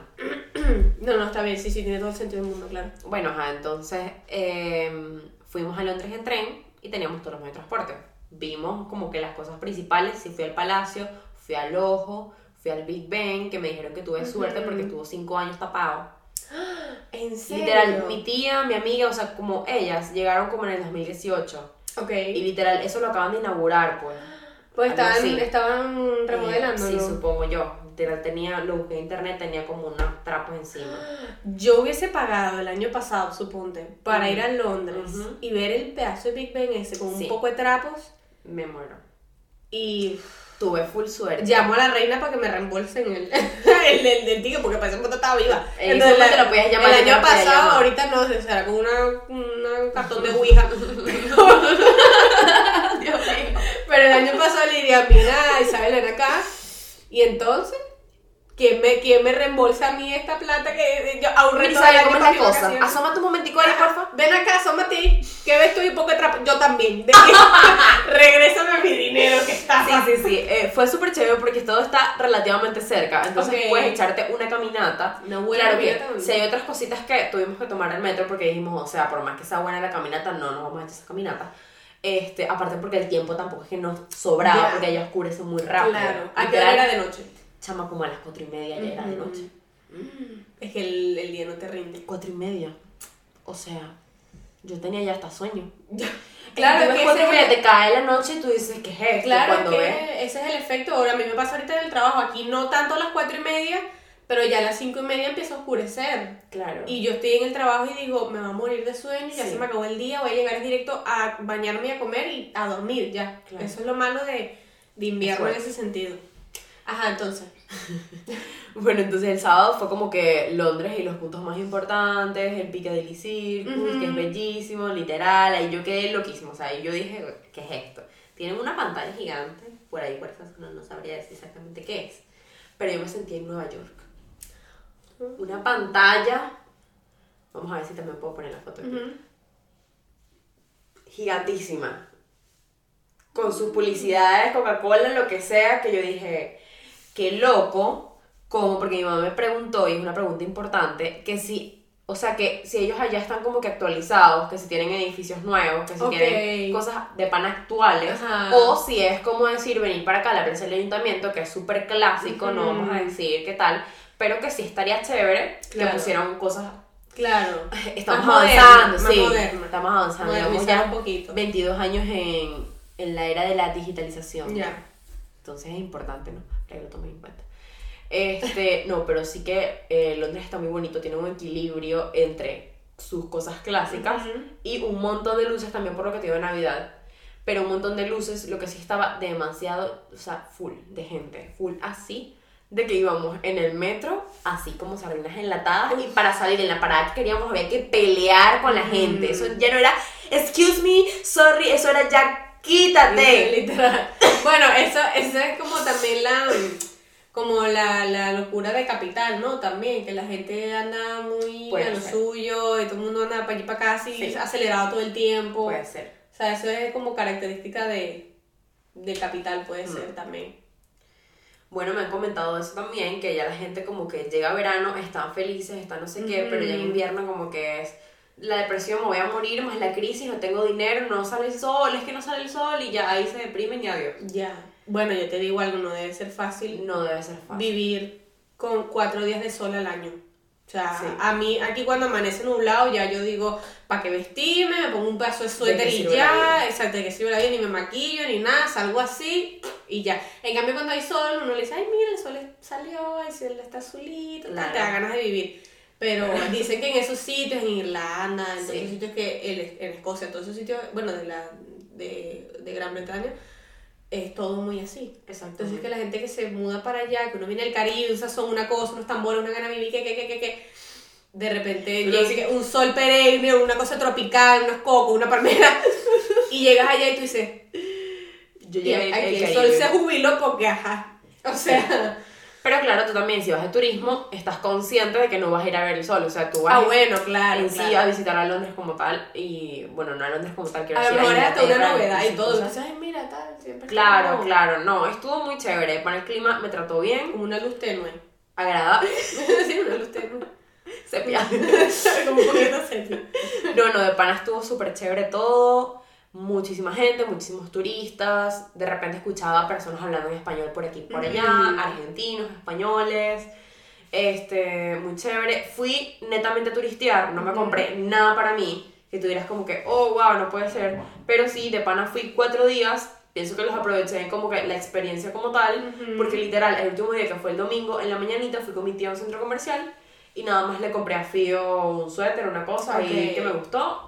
Speaker 2: No, no, está bien, sí, sí, tiene todo el sentido del mundo, claro.
Speaker 1: Bueno, ajá, entonces eh, fuimos a Londres en tren y teníamos todos los medios de transporte. Vimos como que las cosas principales, sí fui al Palacio, fui al Ojo, fui al Big Ben, que me dijeron que tuve suerte porque estuvo cinco años tapado.
Speaker 2: ¿En serio?
Speaker 1: Literal, mi tía, mi amiga, o sea, como ellas, llegaron como en el 2018.
Speaker 2: Ok.
Speaker 1: Y literal, eso lo acaban de inaugurar, pues.
Speaker 2: Pues
Speaker 1: algo
Speaker 2: estaban,
Speaker 1: así.
Speaker 2: estaban remodelando,
Speaker 1: Sí,
Speaker 2: ¿no?
Speaker 1: supongo yo. Literal, tenía, lo busqué en internet, tenía como unos trapos encima.
Speaker 2: Yo hubiese pagado el año pasado, suponte, para
Speaker 1: Ujú.
Speaker 2: ir a Londres
Speaker 1: Ujú.
Speaker 2: y ver el pedazo de Big Ben ese con
Speaker 1: Sí.
Speaker 2: un poco de trapos
Speaker 1: Me muero.
Speaker 2: y
Speaker 1: Tuve full suerte.
Speaker 2: llamo a la reina para que me reembolsen el, el, el, el ticket porque para ese momento estaba viva.
Speaker 1: En ese momento la podías llamar,
Speaker 2: el
Speaker 1: yo no podía
Speaker 2: año pasado,
Speaker 1: llamar.
Speaker 2: ahorita no, o sea, con una, una cartón de Ouija.
Speaker 1: Dios mío.
Speaker 2: Pero el año pasado le diría, mira, Isabel, ven acá. Y entonces, ¿quién me, quién me reembolsa a mí esta plata que yo ahorré todo el
Speaker 1: Isabel,
Speaker 2: año
Speaker 1: ¿cómo es
Speaker 2: para
Speaker 1: la
Speaker 2: mis
Speaker 1: cosa?
Speaker 2: vacaciones?
Speaker 1: Asómate un momentico ahí, porfa.
Speaker 2: Ven acá, asómate. ¿Qué ves tú y poco de trapo? Yo también. De Regrésame mi dinero que está.
Speaker 1: Sí, sí, sí. Eh, fue súper chévere porque todo está relativamente cerca. Entonces
Speaker 2: Ok.
Speaker 1: puedes echarte una caminata.
Speaker 2: Una buena
Speaker 1: claro
Speaker 2: caminata.
Speaker 1: que si hay otras cositas que tuvimos que tomar el metro porque dijimos, o sea, por más que sea buena la caminata, no nos vamos a echar esa caminata. Este, aparte porque el tiempo tampoco es que nos sobraba,
Speaker 2: Ya.
Speaker 1: porque allá oscurece muy rápido.
Speaker 2: Claro. ¿A qué
Speaker 1: Literal,
Speaker 2: hora era de noche?
Speaker 1: Chama como a las cuatro y media ya era de
Speaker 2: Ujú. Mm.
Speaker 1: noche.
Speaker 2: Es que el, el día no te rinde.
Speaker 1: Cuatro y media. O sea, yo tenía ya hasta sueño.
Speaker 2: Claro,
Speaker 1: Tú
Speaker 2: es
Speaker 1: ves
Speaker 2: que
Speaker 1: cuatro y
Speaker 2: ese-
Speaker 1: media, te cae la noche y tú dices, ¿qué es esto?
Speaker 2: Claro,
Speaker 1: Cuando
Speaker 2: es que
Speaker 1: ves,
Speaker 2: ese es el efecto. Ahora, a mí me pasa ahorita en el trabajo aquí, no tanto a las cuatro y media, pero ya a las cinco y media empieza a oscurecer.
Speaker 1: claro.
Speaker 2: Y yo estoy en el trabajo y digo, me va a morir de sueño, ya
Speaker 1: Sí.
Speaker 2: se me acabó el día, voy a llegar directo a bañarme y a comer y a dormir ya.
Speaker 1: Claro.
Speaker 2: Eso es lo malo de, de invierno en
Speaker 1: Fuerte.
Speaker 2: ese sentido. Ajá, entonces.
Speaker 1: Bueno, entonces el sábado fue como que Londres y los puntos más importantes, el Piccadilly Circus, que es
Speaker 2: Ujú.
Speaker 1: bellísimo, literal, ahí yo quedé loquísimo, o sea, ahí yo dije, ¿qué es esto? Tienen una pantalla gigante, por ahí por esa zona no sabría decir exactamente qué es, pero yo me sentí en Nueva York. Una pantalla, vamos a ver si también puedo poner la foto aquí,
Speaker 2: Ujú.
Speaker 1: gigantísima, con sus publicidades, Coca-Cola, lo que sea, que yo dije, qué loco, como porque mi mamá me preguntó, y es una pregunta importante, que si, o sea, que si ellos allá están como que actualizados, que si tienen edificios nuevos, que si
Speaker 2: Ok.
Speaker 1: tienen cosas de pan actuales,
Speaker 2: Ajá.
Speaker 1: o si es como decir, venir para acá, la prensa del ayuntamiento, que es súper clásico, no
Speaker 2: Ujú.
Speaker 1: vamos a decir qué tal, pero que sí estaría chévere
Speaker 2: Claro.
Speaker 1: que pusieran cosas,
Speaker 2: Claro.
Speaker 1: estamos
Speaker 2: Más moderna,
Speaker 1: avanzando,
Speaker 2: más
Speaker 1: sí,
Speaker 2: moderna.
Speaker 1: estamos avanzando, digamos,
Speaker 2: Modernizar
Speaker 1: ya
Speaker 2: un poquito.
Speaker 1: 22 años en, en la era de la digitalización.
Speaker 2: Ya.
Speaker 1: Entonces es importante, ¿no? Que lo tomen en cuenta. Este, no, pero sí que eh, Londres está muy bonito, tiene un equilibrio entre sus cosas clásicas
Speaker 2: Ujú.
Speaker 1: y un montón de luces también por lo que te digo de Navidad. pero un montón de luces, lo que sí estaba demasiado, o sea, full de gente, full así, de que íbamos en el metro, así como sardinas enlatadas, y para salir en la parada que queríamos había que pelear con la gente,
Speaker 2: Mm.
Speaker 1: eso ya no era, excuse me, sorry, eso era ya, quítate.
Speaker 2: Literal. Bueno, eso, eso es como también la como la, la locura de capital, ¿no? También, que la gente anda muy
Speaker 1: Puede
Speaker 2: a lo
Speaker 1: ser.
Speaker 2: suyo y todo el mundo anda para allí para acá así,
Speaker 1: Sí.
Speaker 2: acelerado todo el tiempo.
Speaker 1: Puede ser.
Speaker 2: O sea, eso es como característica de, del capital, puede
Speaker 1: Mm.
Speaker 2: ser también.
Speaker 1: Bueno, me han comentado eso también, que ya la gente como que llega verano, están felices, están no sé qué, pero ya en
Speaker 2: Ujú.
Speaker 1: invierno como que es la depresión, me voy a morir, más la crisis, no tengo dinero, no sale el sol, es que no sale el sol y ya ahí se deprimen y adiós.
Speaker 2: Ya. Bueno, yo te digo algo, no debe ser fácil
Speaker 1: No debe ser fácil.
Speaker 2: vivir con cuatro días de sol al año. O sea,
Speaker 1: Sí.
Speaker 2: a mí aquí cuando amanece nublado ya yo digo, ¿para qué vestirme? Me pongo un pedazo de suéter
Speaker 1: que
Speaker 2: y
Speaker 1: sirve la
Speaker 2: ya, exacto, de que sirve la vida, ni me maquillo, ni nada, salgo así y ya. En cambio cuando hay sol, uno le dice, ay, mira, el sol es- salió, el cielo está azulito, tal,
Speaker 1: Claro.
Speaker 2: te da ganas de vivir. Pero dicen que en esos sitios, en Irlanda, en todos
Speaker 1: Sí.
Speaker 2: esos sitios que, en, en Escocia, en todos esos sitios, bueno, de, la, de, de Gran Bretaña, es todo muy así.
Speaker 1: Exacto.
Speaker 2: Entonces que la gente que se muda para allá, que uno viene al Caribe, un sazón, una cosa, unos tambores, una gana de vivir, que, que, que, que, que, de repente
Speaker 1: Pero
Speaker 2: llega un sol perenne, una cosa tropical, unos cocos, una palmera, y llegas allá y tú dices,
Speaker 1: Yo
Speaker 2: "Tía,
Speaker 1: llegué
Speaker 2: aquí
Speaker 1: el
Speaker 2: el
Speaker 1: Caribe.
Speaker 2: sol se jubiló porque ajá. O sea,
Speaker 1: Pero claro, tú también, si vas de turismo, estás consciente de que no vas a ir a ver el sol, o sea, tú vas
Speaker 2: ah bueno, claro.
Speaker 1: en sí
Speaker 2: claro.
Speaker 1: a visitar a Londres como tal y, bueno, no a Londres como tal, quiero
Speaker 2: A lo
Speaker 1: decir
Speaker 2: mejor es hasta una
Speaker 1: Inglaterra,
Speaker 2: novedad y
Speaker 1: esas
Speaker 2: todo.
Speaker 1: cosas.
Speaker 2: Entonces, ay, mira, tal, siempre. está
Speaker 1: Claro,
Speaker 2: como-
Speaker 1: claro, no, estuvo muy chévere, para el clima me trató bien,
Speaker 2: Como una luz tenue.
Speaker 1: agradable,
Speaker 2: sí, una luz tenue.
Speaker 1: sepia.
Speaker 2: como un poquito serio.
Speaker 1: No, no, de pana estuvo súper chévere todo, muchísima gente, muchísimos turistas, de repente escuchaba personas hablando en español por aquí y por allá,
Speaker 2: Ujú.
Speaker 1: argentinos, españoles, este, muy chévere. Fui netamente a turistear, no me
Speaker 2: Ujú.
Speaker 1: compré nada para mí, que tuvieras como que, oh, wow, no puede ser, pero sí, de pana fui cuatro días, pienso que los aproveché como que la experiencia como tal,
Speaker 2: Ujú.
Speaker 1: porque literal, el último día que fue el domingo, en la mañanita fui con mi tía a un centro comercial y nada más le compré a Fío un suéter, una cosa ahí
Speaker 2: Ok.
Speaker 1: que me gustó.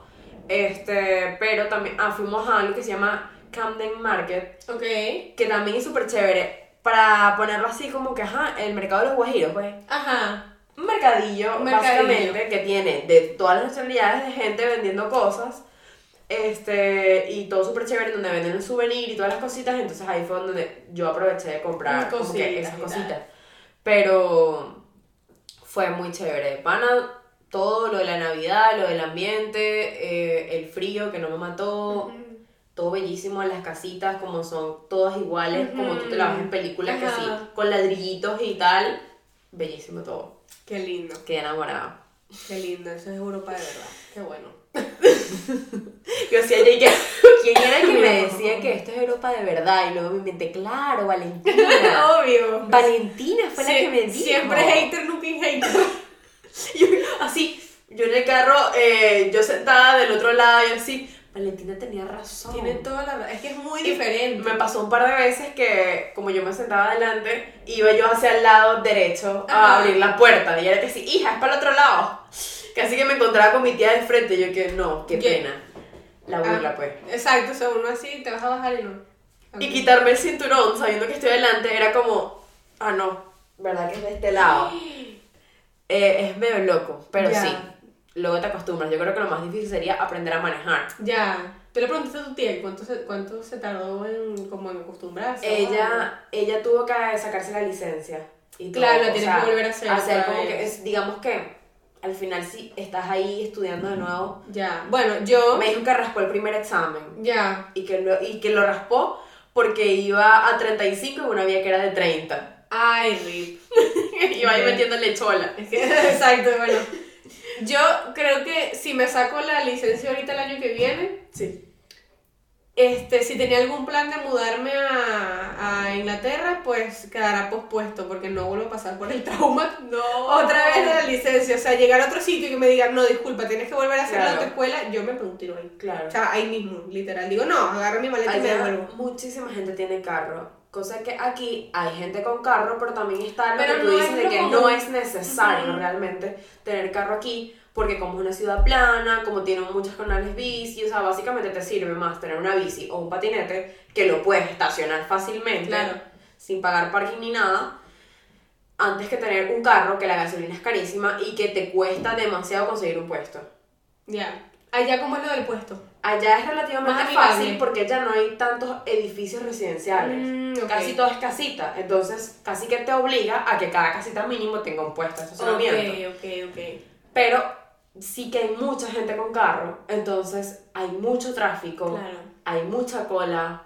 Speaker 1: Este, pero también, ah, fuimos a algo que se llama Camden Market,
Speaker 2: Ok.
Speaker 1: que también es súper chévere. Para ponerlo así como que, ajá, el mercado de los guajiros, pues.
Speaker 2: Ajá.
Speaker 1: Un mercadillo,
Speaker 2: Un mercadillo.
Speaker 1: básicamente, que tiene de todas las nacionalidades de gente vendiendo cosas. Este, y todo súper chévere, donde venden el souvenir y todas las cositas. Entonces ahí fue donde yo aproveché de comprar
Speaker 2: Mm,
Speaker 1: como que
Speaker 2: cositas
Speaker 1: esas
Speaker 2: y tal.
Speaker 1: cositas. Pero fue muy chévere. Pana, todo lo de la Navidad, lo del ambiente, eh, el frío que no me mató. Todo bellísimo, las casitas como son todas iguales, como tú te la ves en películas que sí,
Speaker 2: Ajá.
Speaker 1: con ladrillitos y tal. Bellísimo todo.
Speaker 2: Qué lindo.
Speaker 1: Quedé enamorada.
Speaker 2: Qué lindo, eso es Europa de verdad. Qué bueno.
Speaker 1: Yo decía, "Oye, ¿qué- ¿quién era el que me decía que esto es Europa de verdad? Y luego me inventé, claro, Valentina.
Speaker 2: Obvio.
Speaker 1: Valentina fue la
Speaker 2: Sie-
Speaker 1: que me dijo.
Speaker 2: Siempre hater, nunca es hater.
Speaker 1: Yo, así, yo en el carro, eh, yo sentada del otro lado, y así, Valentina tenía razón.
Speaker 2: Tiene toda la ra- Es que es muy diferente.
Speaker 1: Me pasó un par de veces que, como yo me sentaba adelante, iba yo hacia el lado derecho a
Speaker 2: Ajá.
Speaker 1: abrir la puerta. Y era que sí, hija, es para el otro lado. Casi que me encontraba con mi tía de frente. y Yo que no, qué
Speaker 2: Ye-
Speaker 1: pena. La burla,
Speaker 2: Ah,
Speaker 1: pues.
Speaker 2: Exacto, o sea, uno así te vas a bajar y no.
Speaker 1: Y quitarme el cinturón sabiendo que estoy delante era como, ah, no, ¿verdad que es de este lado? Eh, es medio loco, pero
Speaker 2: Ya.
Speaker 1: sí. Luego te acostumbras. Yo creo que lo más difícil sería aprender a manejar.
Speaker 2: Ya. Tú le preguntaste a tu tía ¿y cuánto se, cuánto se tardó en, como en acostumbrarse. o algo?
Speaker 1: Ella, ella tuvo que sacarse la licencia. Y
Speaker 2: Claro,
Speaker 1: todo,
Speaker 2: la
Speaker 1: o
Speaker 2: tienes
Speaker 1: sea,
Speaker 2: que volver a hacer otra
Speaker 1: como que,
Speaker 2: vez.
Speaker 1: es- digamos que al final si estás ahí estudiando de nuevo.
Speaker 2: Ya. Bueno, yo.
Speaker 1: Me dijo que raspó el primer examen
Speaker 2: Ya.
Speaker 1: y que lo, y que lo raspó porque iba a 35 en una vía que era de 30.
Speaker 2: Ay, Rip.
Speaker 1: iba ahí
Speaker 2: Ok.
Speaker 1: metiéndole chola.
Speaker 2: Es que- Exacto, bueno. Yo creo que si me saco la licencia ahorita el año que viene,
Speaker 1: Sí.
Speaker 2: este, si tenía algún plan de mudarme a, a Inglaterra, pues quedará pospuesto porque no vuelvo a pasar por el trauma
Speaker 1: No.
Speaker 2: otra vez de la licencia. O sea, llegar a otro sitio y que me digan, no, disculpa, tienes que volver a hacer la
Speaker 1: Claro.
Speaker 2: otra escuela, yo me pregunto ahí.
Speaker 1: Claro.
Speaker 2: O sea, ahí mismo, literal. Digo, no, agarro mi maleta y me
Speaker 1: Allá
Speaker 2: devuelvo.
Speaker 1: muchísima gente tiene carro. Cosa que aquí hay gente con carro, pero también está lo
Speaker 2: Pero
Speaker 1: que tú
Speaker 2: no
Speaker 1: dices
Speaker 2: es
Speaker 1: de que
Speaker 2: como-
Speaker 1: no es necesario
Speaker 2: Ujú.
Speaker 1: realmente tener carro aquí. porque como es una ciudad plana, como tiene muchas canales bici, o sea, básicamente te sirve más tener una bici o un patinete que lo puedes estacionar fácilmente,
Speaker 2: Claro.
Speaker 1: sin pagar parking ni nada, antes que tener un carro que la gasolina es carísima y que te cuesta demasiado conseguir un puesto.
Speaker 2: Ya. Allá como es lo del puesto.
Speaker 1: Allá es relativamente
Speaker 2: Más amigable.
Speaker 1: fácil porque ya no hay tantos edificios residenciales.
Speaker 2: Mm, ok.
Speaker 1: Casi todo es casita, entonces casi que te obliga a que cada casita mínimo tenga un puesto de estacionamiento.
Speaker 2: Ok, ok, ok.
Speaker 1: Pero sí que hay mucha gente con carro, entonces hay mucho tráfico,
Speaker 2: Claro.
Speaker 1: hay mucha cola.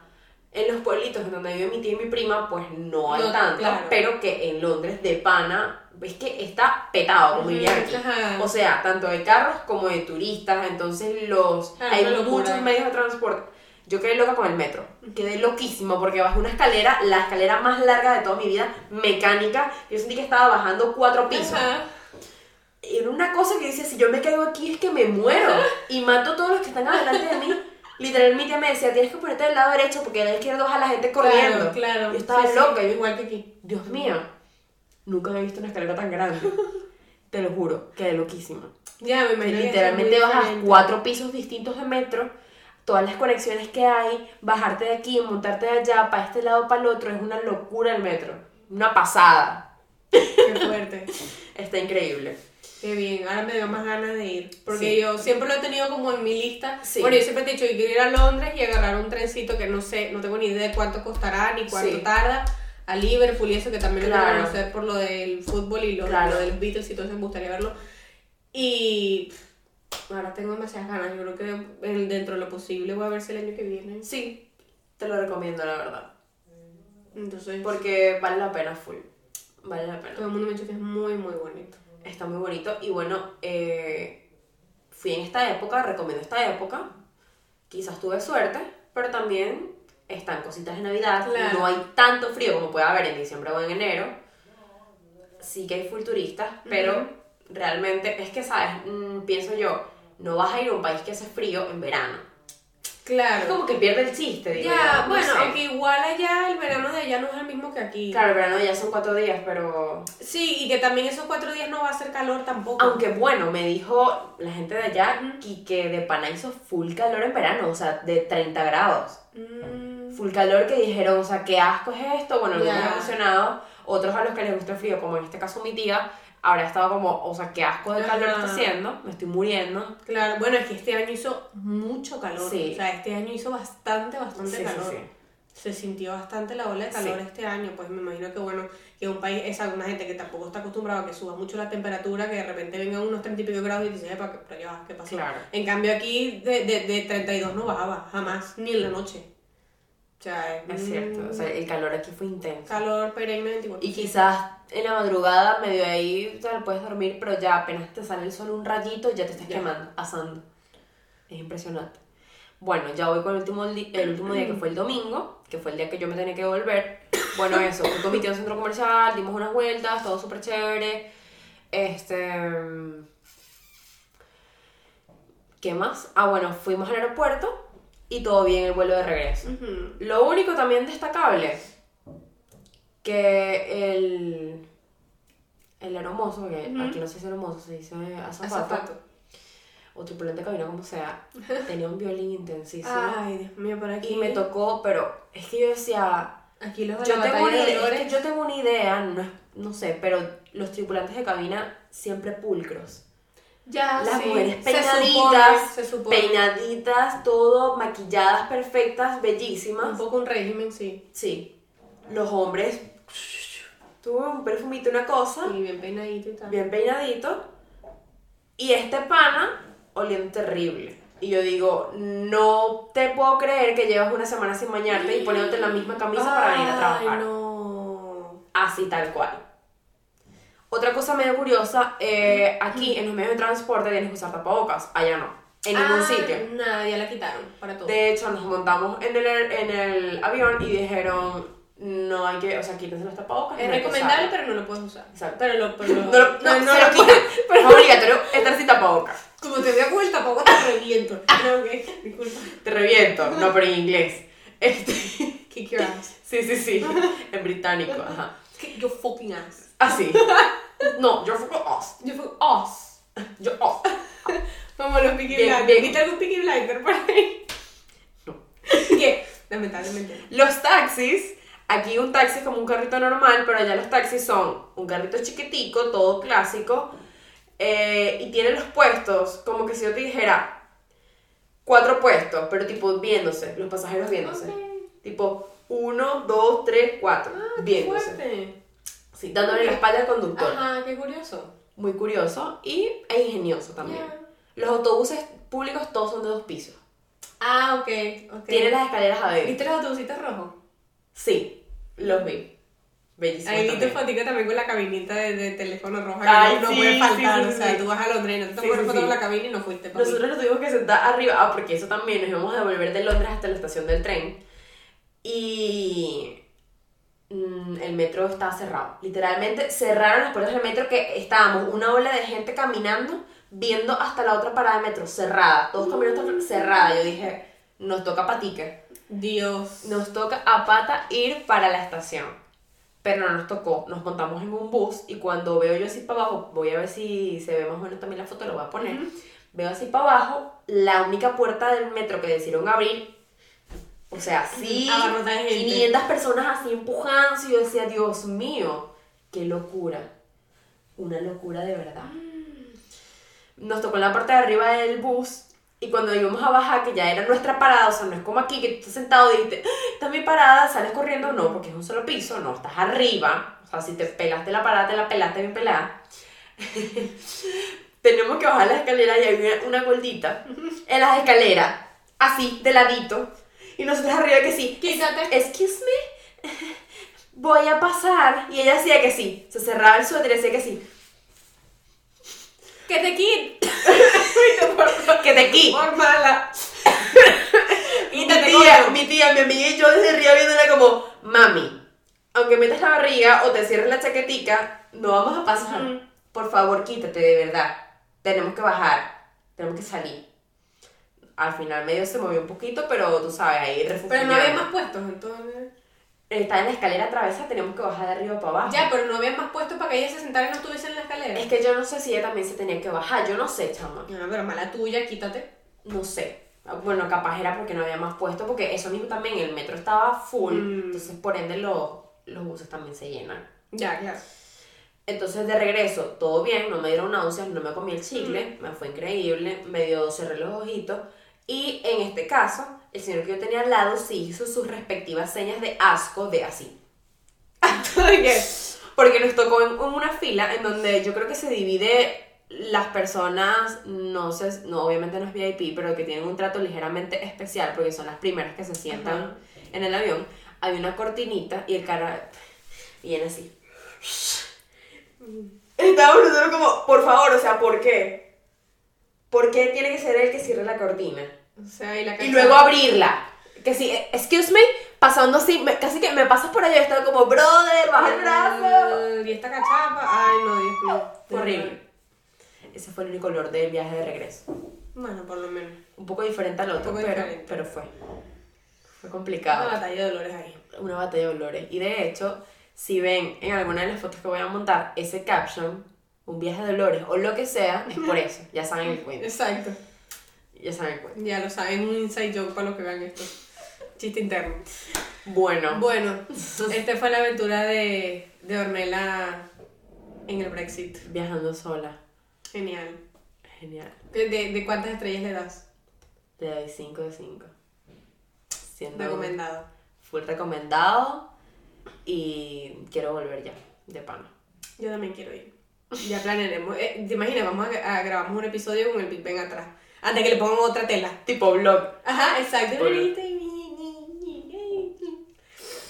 Speaker 1: En los pueblitos en donde vive mi tía y mi prima, pues no hay
Speaker 2: No,
Speaker 1: tanto,
Speaker 2: claro.
Speaker 1: pero que en Londres de pana, es que está petado, como
Speaker 2: Ujú,
Speaker 1: dirían aquí.
Speaker 2: ajá.
Speaker 1: O sea, tanto de carros como de turistas, entonces los
Speaker 2: Ah,
Speaker 1: hay
Speaker 2: una locura.
Speaker 1: muchos medios de transporte. Yo quedé loca con el metro, quedé loquísima porque bajé una escalera, la escalera más larga de toda mi vida, mecánica, yo sentí que estaba bajando cuatro pisos.
Speaker 2: Ajá.
Speaker 1: Era una cosa que dice, si yo me caigo aquí es que me muero y mato a todos los que están adelante de mí. Literalmente me decía, tienes que ponerte del lado derecho porque del izquierdo baja la gente corriendo.
Speaker 2: Claro, claro.
Speaker 1: Yo estaba
Speaker 2: Sí, sí,
Speaker 1: loca, yo
Speaker 2: igual que aquí.
Speaker 1: Dios mío, nunca había visto una escalera tan grande. Te lo juro, quedé loquísima.
Speaker 2: Ya, me
Speaker 1: Que
Speaker 2: imagino. que
Speaker 1: literalmente
Speaker 2: es muy
Speaker 1: bajas
Speaker 2: diferente.
Speaker 1: cuatro pisos distintos de metro, todas las conexiones que hay, bajarte de aquí, montarte de allá, para este lado, para el otro, es una locura el metro, una pasada,
Speaker 2: Qué fuerte.
Speaker 1: está increíble.
Speaker 2: Qué bien, ahora me dio más ganas de ir. Porque
Speaker 1: Sí.
Speaker 2: yo siempre lo he tenido como en mi lista.
Speaker 1: Sí.
Speaker 2: Bueno, yo siempre te he dicho, yo quiero ir a Londres y agarrar un trencito que no sé, no tengo ni idea de cuánto costará ni cuánto
Speaker 1: Sí.
Speaker 2: tarda. A Liverpool y eso que también lo
Speaker 1: Claro.
Speaker 2: quiero conocer por lo del fútbol y lo,
Speaker 1: Claro.
Speaker 2: lo de los Beatles y todo eso, me gustaría verlo. Y pff, ahora tengo demasiadas ganas. Yo creo que en- dentro de lo posible voy a ver si el año que viene.
Speaker 1: Sí, te lo recomiendo la verdad,
Speaker 2: Entonces,
Speaker 1: porque vale la pena full, vale la pena.
Speaker 2: todo el mundo me ha dicho que es muy, muy bonito.
Speaker 1: Está muy bonito y bueno, eh, fui en esta época, recomiendo esta época, quizás tuve suerte, pero también están cositas de Navidad,
Speaker 2: Claro.
Speaker 1: no hay tanto frío como puede haber en diciembre o en enero, sí que hay full turistas, pero
Speaker 2: Ujú.
Speaker 1: realmente es que, ¿sabes? Mm, pienso yo, no vas a ir a un país que hace frío en verano. Es
Speaker 2: Claro.
Speaker 1: como que pierde el chiste, digo. yo,
Speaker 2: Ya,
Speaker 1: no
Speaker 2: bueno,
Speaker 1: sé.
Speaker 2: aunque igual allá el verano de allá no es el mismo que aquí.
Speaker 1: Claro, el verano ya son cuatro días, pero...
Speaker 2: Sí, y que también esos cuatro días no va a hacer calor tampoco.
Speaker 1: Aunque bueno, me dijo la gente de allá
Speaker 2: Ujú.
Speaker 1: que, que de pana hizo full calor en verano, o sea, de 30 grados.
Speaker 2: Mm,
Speaker 1: Full calor que dijeron, o sea, qué asco es esto. Bueno, algunos
Speaker 2: Ya.
Speaker 1: emocionados, otros a los que les gusta el frío, como en este caso mi tía, habrá estado como, o sea, qué asco de calor
Speaker 2: Ajá.
Speaker 1: está haciendo, me estoy muriendo.
Speaker 2: claro, bueno, es que este año hizo mucho calor.
Speaker 1: Sí.
Speaker 2: O sea, este año hizo bastante, bastante
Speaker 1: Sí, sí,
Speaker 2: calor.
Speaker 1: sí.
Speaker 2: Se sintió bastante la ola de calor
Speaker 1: Sí.
Speaker 2: este año. Pues me imagino que, bueno, que un país es alguna gente que tampoco está acostumbrada a que suba mucho la temperatura, que de repente vengan unos 30 y pico grados y dices, "Epa, ¿qué- pero ya va, ¿qué pasó?
Speaker 1: Claro.
Speaker 2: En cambio aquí de, de, de 32 no bajaba, jamás, ni en la noche. O sea,
Speaker 1: Es cierto, o sea, el calor aquí fue intenso.
Speaker 2: calor perenne 24.
Speaker 1: Y quizás en la madrugada, medio ahí, te puedes dormir, pero ya apenas te sale el sol un rayito, ya te estás
Speaker 2: Ya.
Speaker 1: quemando, asando. Es impresionante. Bueno, ya voy con el último, di- el último día que fue el domingo, que fue el día que yo me tenía que volver. Bueno, eso, fui con mi tío al centro comercial, dimos unas vueltas, todo súper chévere. Este. ¿Qué más? Ah, bueno, fuimos al aeropuerto y todo bien el vuelo de regreso.
Speaker 2: Ujú.
Speaker 1: Lo único también destacable, que el, el hermoso, que
Speaker 2: Ujú.
Speaker 1: aquí no se dice hermoso, se dice azafato,
Speaker 2: Azafato.
Speaker 1: o tripulante de cabina, como sea, tenía un violín intensísimo.
Speaker 2: Ay, Dios mío, por aquí.
Speaker 1: Y me tocó, pero es que yo decía,
Speaker 2: Aquí los de
Speaker 1: yo
Speaker 2: la
Speaker 1: tengo, una
Speaker 2: batalla de
Speaker 1: idea, es
Speaker 2: Dolores.
Speaker 1: que yo tengo una idea, no, es- no sé, pero los tripulantes de cabina siempre pulcros.
Speaker 2: Ya,
Speaker 1: Las
Speaker 2: Ah, sí.
Speaker 1: mujeres
Speaker 2: Se
Speaker 1: peinaditas,
Speaker 2: supone, se supone.
Speaker 1: peinaditas, todo, maquilladas perfectas, bellísimas.
Speaker 2: Un poco un régimen, sí.
Speaker 1: Sí. Los hombres. Tuvo un perfumito, una cosa.
Speaker 2: Y bien peinadito y tal.
Speaker 1: Bien peinadito. Y este pana oliendo terrible. Y yo digo, no te puedo creer que llevas una semana sin bañarte y poniéndote la misma camisa para venir a trabajar.
Speaker 2: Ay, no.
Speaker 1: Así tal cual. Otra cosa medio curiosa, eh, aquí en los medios de transporte tienes que usar tapabocas, allá no, en ningún
Speaker 2: Ah,
Speaker 1: sitio.
Speaker 2: Nada, ya la quitaron para todo.
Speaker 1: De hecho, nos montamos en el, en el avión y dijeron, no hay que, o sea, quítense los tapabocas.
Speaker 2: es
Speaker 1: no hay que
Speaker 2: recomendable,
Speaker 1: usarlos".
Speaker 2: pero no lo puedes usar.
Speaker 1: Exacto.
Speaker 2: Pero lo. Pero,
Speaker 1: No, lo- no,
Speaker 2: pero
Speaker 1: se lo quitan, pero es obligatorio estar sin tapabocas.
Speaker 2: Como te veo con el tampoco te reviento. No, ok. Disculpa.
Speaker 1: Te reviento, no, pero en inglés. Este, sí,
Speaker 2: Kick your ass.
Speaker 1: sí, sí, en británico, ajá.
Speaker 2: Kick your fucking ass.
Speaker 1: Así. No, yo fuck us.
Speaker 2: Yo fui ass.
Speaker 1: Yo us.
Speaker 2: Como los Peaky
Speaker 1: Bien,
Speaker 2: Blinders.
Speaker 1: bien.
Speaker 2: ¿Viste algún Peaky Blinder por ahí?
Speaker 1: No.
Speaker 2: ¿Qué? Lamentablemente. no.
Speaker 1: Los taxis, aquí un taxi es como un carrito normal, pero allá los taxis son un carrito chiquitico, todo clásico, eh, y tienen los puestos, como que si yo te dijera, cuatro puestos, pero tipo viéndose, los pasajeros viéndose.
Speaker 2: Ok.
Speaker 1: Tipo, uno, dos, tres, cuatro,
Speaker 2: Ah, qué
Speaker 1: viéndose.
Speaker 2: fuerte.
Speaker 1: Sí, dándole la espalda al conductor.
Speaker 2: Ajá, qué curioso.
Speaker 1: Muy curioso y, e ingenioso también.
Speaker 2: Ya.
Speaker 1: Los autobuses públicos todos son de dos pisos.
Speaker 2: Ah, ok, ok.
Speaker 1: Tienen las escaleras adentro.
Speaker 2: ¿Viste los autobusitos rojos?
Speaker 1: Sí, los vi. Bellísimo.
Speaker 2: Ahí vi tu
Speaker 1: también.
Speaker 2: fotica también con la cabinita de, de teléfono roja. que
Speaker 1: Ay,
Speaker 2: no, no
Speaker 1: sí,
Speaker 2: puede faltar.
Speaker 1: sí, sí,
Speaker 2: o sea,
Speaker 1: sí.
Speaker 2: tú vas a Londres y no te tomas
Speaker 1: Sí,
Speaker 2: una
Speaker 1: sí,
Speaker 2: foto
Speaker 1: sí.
Speaker 2: con la cabina y no fuiste. papi.
Speaker 1: Nosotros nos tuvimos que sentar arriba, ah, porque eso también, nos íbamos a devolver de Londres hasta la estación del tren. Y mm, el metro estaba cerrado. Literalmente cerraron las puertas del metro que estábamos una ola de gente caminando, viendo hasta la otra parada de metro, cerrada. Todos caminando hasta la- cerrada. Yo dije, nos toca patica.
Speaker 2: Dios.
Speaker 1: Nos toca a pata ir para la estación. Pero no nos tocó, nos montamos en un bus y cuando veo yo así para abajo, voy a ver si se ve más o menos también la foto, lo voy a poner. Veo así para abajo, la única puerta del metro que decidieron abrir. O sea, así,
Speaker 2: Abarrotada de gente.
Speaker 1: 500 personas así empujándose. Y yo decía, Dios mío, qué locura. Una locura de verdad. Nos tocó en la parte de arriba del bus. Y cuando íbamos a bajar, que ya era nuestra parada, o sea, no es como aquí que tú estás sentado y dijiste, "Ah, está mi parada, sales corriendo, no, porque es un solo piso, no, estás arriba. O sea, si te pelaste la parada, te la pelaste bien pelada. Tenemos que bajar la escalera y había una gordita en las escaleras, así, de ladito. Y nosotros arriba que sí,
Speaker 2: Quítate.
Speaker 1: excuse me, voy a pasar. Y ella hacía que sí, se cerraba el suéter y hacía que sí.
Speaker 2: Que te quiten. Ay, no, por favor.
Speaker 1: Que te quito.
Speaker 2: Por mala.
Speaker 1: Mi
Speaker 2: Quítate,
Speaker 1: tía,
Speaker 2: coño.
Speaker 1: mi tía, mi amiga y yo desde arriba viéndola como, mami, aunque metas la barriga o te cierres la chaquetica, no vamos a pasar.
Speaker 2: Ujú.
Speaker 1: Por favor, quítate, de verdad. Tenemos que bajar, tenemos que salir. Al final medio se movió un poquito, pero tú sabes, ahí
Speaker 2: Pero no había
Speaker 1: refugiada.
Speaker 2: más puestos, entonces.
Speaker 1: Está en la escalera atravesada, tenemos que bajar de arriba para abajo.
Speaker 2: Ya, pero no había más puestos para que ella se sentara y no estuviese en la escalera.
Speaker 1: Es que yo no sé si ella también se tenía que bajar, yo no sé, chama.
Speaker 2: No, pero mala tuya, quítate.
Speaker 1: No sé. Bueno, capaz era porque no había más puesto, porque eso mismo también, el metro estaba full,
Speaker 2: Mm.
Speaker 1: entonces por ende los, los buses también se llenan.
Speaker 2: Ya, claro.
Speaker 1: Entonces de regreso, todo bien, no me dieron náuseas, no me comí el chicle, me fue increíble, medio cerré los ojitos. Y en este caso, el señor que yo tenía al lado sí hizo sus respectivas señas de asco de así. Porque nos tocó en, en una fila en donde yo creo que se divide las personas, no sé, no, obviamente no es VIP, pero que tienen un trato ligeramente especial porque son las primeras que se sientan
Speaker 2: Ajá.
Speaker 1: en el avión. Hay una cortinita y el cara viene así. Estaba nosotros como, por favor, o sea, ¿por qué? ¿Por qué tiene que ser el que cierre la cortina?
Speaker 2: O sea, y la
Speaker 1: Y
Speaker 2: calzada-
Speaker 1: luego abrirla. Que sí, eh, excuse me, pasando así, me- casi que me pasas por allá, yo estaba como, brother, baja el brazo.
Speaker 2: Y esta cachapa. Ay, no, Dios mío.
Speaker 1: Horrible. Ese fue el único olor del viaje de regreso.
Speaker 2: Bueno, por lo menos.
Speaker 1: Un poco diferente al otro,
Speaker 2: poco
Speaker 1: pero,
Speaker 2: diferente. Ah.
Speaker 1: pero fue. Fue
Speaker 2: Una
Speaker 1: complicado.
Speaker 2: batalla de dolores ahí.
Speaker 1: Una batalla de olores. Y de hecho, si ven en alguna de las fotos que voy a montar ese caption, un viaje de olores o lo que sea, es por eso. Ya saben el cuento.
Speaker 2: Exacto.
Speaker 1: Ya saben el cuento.
Speaker 2: Ya lo saben, un inside joke para los que vean esto. Chiste interno.
Speaker 1: Bueno,
Speaker 2: Bueno, esta fue la aventura de, de Ornella en el Brexit.
Speaker 1: viajando sola.
Speaker 2: Genial.
Speaker 1: Genial.
Speaker 2: ¿De, de cuántas estrellas le das?
Speaker 1: Le doy 5 de 5. Siendo
Speaker 2: Recomendado.
Speaker 1: full recomendado. Y quiero volver ya, de pana.
Speaker 2: Yo también quiero ir. Ya planearemos. Eh, ¿Te imaginas? Vamos a, a- grabamos un episodio con el Big Ben atrás. Antes que le pongan otra tela.
Speaker 1: Tipo blog.
Speaker 2: Ajá, exacto.
Speaker 1: Bueno.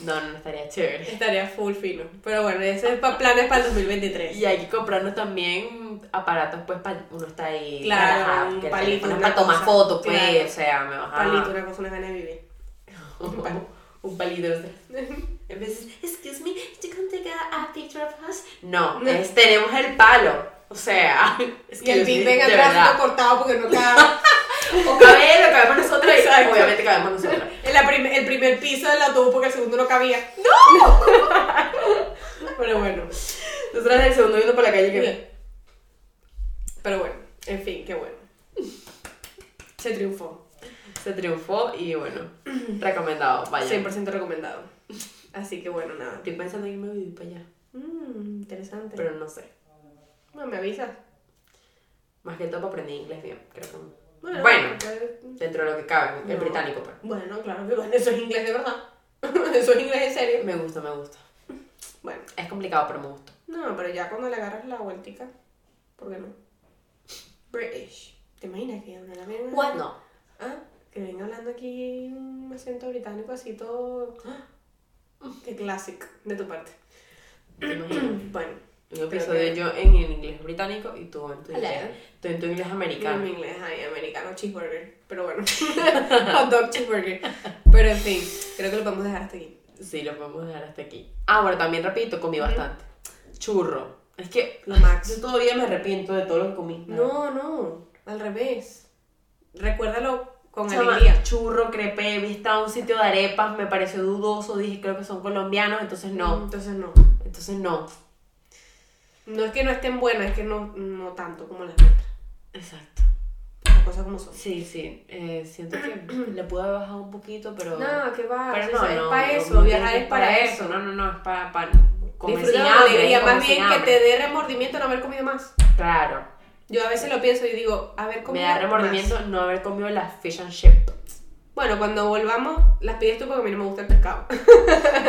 Speaker 1: No, no, no estaría chévere.
Speaker 2: Estaría full fino. Pero bueno, ese es para planes para el 2023.
Speaker 1: Y hay que comprarnos también aparatos, pues, para uno está ahí.
Speaker 2: Claro,
Speaker 1: relajado,
Speaker 2: un
Speaker 1: que el
Speaker 2: palito,
Speaker 1: teléfono es
Speaker 2: una
Speaker 1: Para tomar
Speaker 2: cosa,
Speaker 1: fotos, pues,
Speaker 2: claro.
Speaker 1: o sea, me baja.
Speaker 2: Palito, una cosa, una gana de vivir.
Speaker 1: Un palito. Un palito. o sea. En vez de, excuse me, you can take a, a picture of us. No,
Speaker 2: No.
Speaker 1: es- tenemos el palo. O sea,
Speaker 2: Y el Big Ben
Speaker 1: de
Speaker 2: atrás
Speaker 1: verdad.
Speaker 2: todo cortado porque no cabe.
Speaker 1: O cabe él o cabemos nosotros. y-
Speaker 2: Exacto.
Speaker 1: Obviamente cabemos nosotros.
Speaker 2: En la prim- el primer piso del autobús porque el segundo no cabía. ¡No! Pero bueno.
Speaker 1: Nosotras en el segundo viendo por la calle que.
Speaker 2: Pero bueno, en fin, qué bueno. Se triunfó.
Speaker 1: Se triunfó y bueno, recomendado, vaya.
Speaker 2: 100% recomendado. Así que bueno, nada.
Speaker 1: Estoy pensando en irme a vivir para allá,
Speaker 2: Mm, interesante.
Speaker 1: pero no sé.
Speaker 2: no me avisas.
Speaker 1: Más que todo para aprender inglés bien, creo que
Speaker 2: Bueno.
Speaker 1: Bueno.
Speaker 2: porque-
Speaker 1: dentro de lo que cabe, el
Speaker 2: No.
Speaker 1: británico. pues. Pero.
Speaker 2: Bueno, claro que bueno, eso es inglés de verdad. eso es inglés en serio.
Speaker 1: Me gusta, me gusta.
Speaker 2: Bueno,
Speaker 1: Es complicado, pero me gusta.
Speaker 2: no, pero ya cuando le agarras la vueltica, ¿por qué no? British. ¿Te imaginas que una la venga?
Speaker 1: What? No.
Speaker 2: Ah, que venga hablando aquí un acento británico así todo. ¡ah! Qué clásico de tu parte. bueno,
Speaker 1: Un
Speaker 2: Creo
Speaker 1: episodio
Speaker 2: que-
Speaker 1: yo en el inglés británico y tú en tu
Speaker 2: Hello.
Speaker 1: inglés, tú en tu inglés americano.
Speaker 2: mi inglés ahí, americano cheeseburger. Pero bueno, hot dog cheeseburger. Pero en fin, creo que lo podemos dejar hasta aquí.
Speaker 1: Sí, lo podemos dejar hasta aquí. Ah, bueno, también repito, comí bastante. Churro. Es que
Speaker 2: Lo max.
Speaker 1: yo todavía me arrepiento de todo lo que comí.
Speaker 2: No, no, al revés. Recuérdalo con
Speaker 1: Chama,
Speaker 2: alegría.
Speaker 1: Churro, crepe, vi estaba un sitio de arepas, me pareció dudoso, dije creo que son colombianos, entonces no.
Speaker 2: Mm, Entonces no.
Speaker 1: Entonces no.
Speaker 2: No es que no estén buenas, es que no, no tanto como las nuestras.
Speaker 1: Exacto.
Speaker 2: Las cosas como son.
Speaker 1: Sí, sí. eh, siento que le pude haber bajado un poquito, pero.
Speaker 2: No, que va.
Speaker 1: pero
Speaker 2: eso es para
Speaker 1: no,
Speaker 2: eso,
Speaker 1: no
Speaker 2: viajar
Speaker 1: tiene
Speaker 2: es para eso.
Speaker 1: No, no, no, es para. para comer sin
Speaker 2: Disfruta la
Speaker 1: hambre,
Speaker 2: alegría,
Speaker 1: comer
Speaker 2: más
Speaker 1: sin
Speaker 2: bien que
Speaker 1: hambre.
Speaker 2: te dé remordimiento no haber comido más.
Speaker 1: Claro.
Speaker 2: Yo a veces lo pienso y digo, haber
Speaker 1: Me
Speaker 2: comido
Speaker 1: da
Speaker 2: más.
Speaker 1: remordimiento no haber comido la fish and chip.
Speaker 2: Bueno, cuando volvamos, las pides tú porque a mí no me gusta el pescado.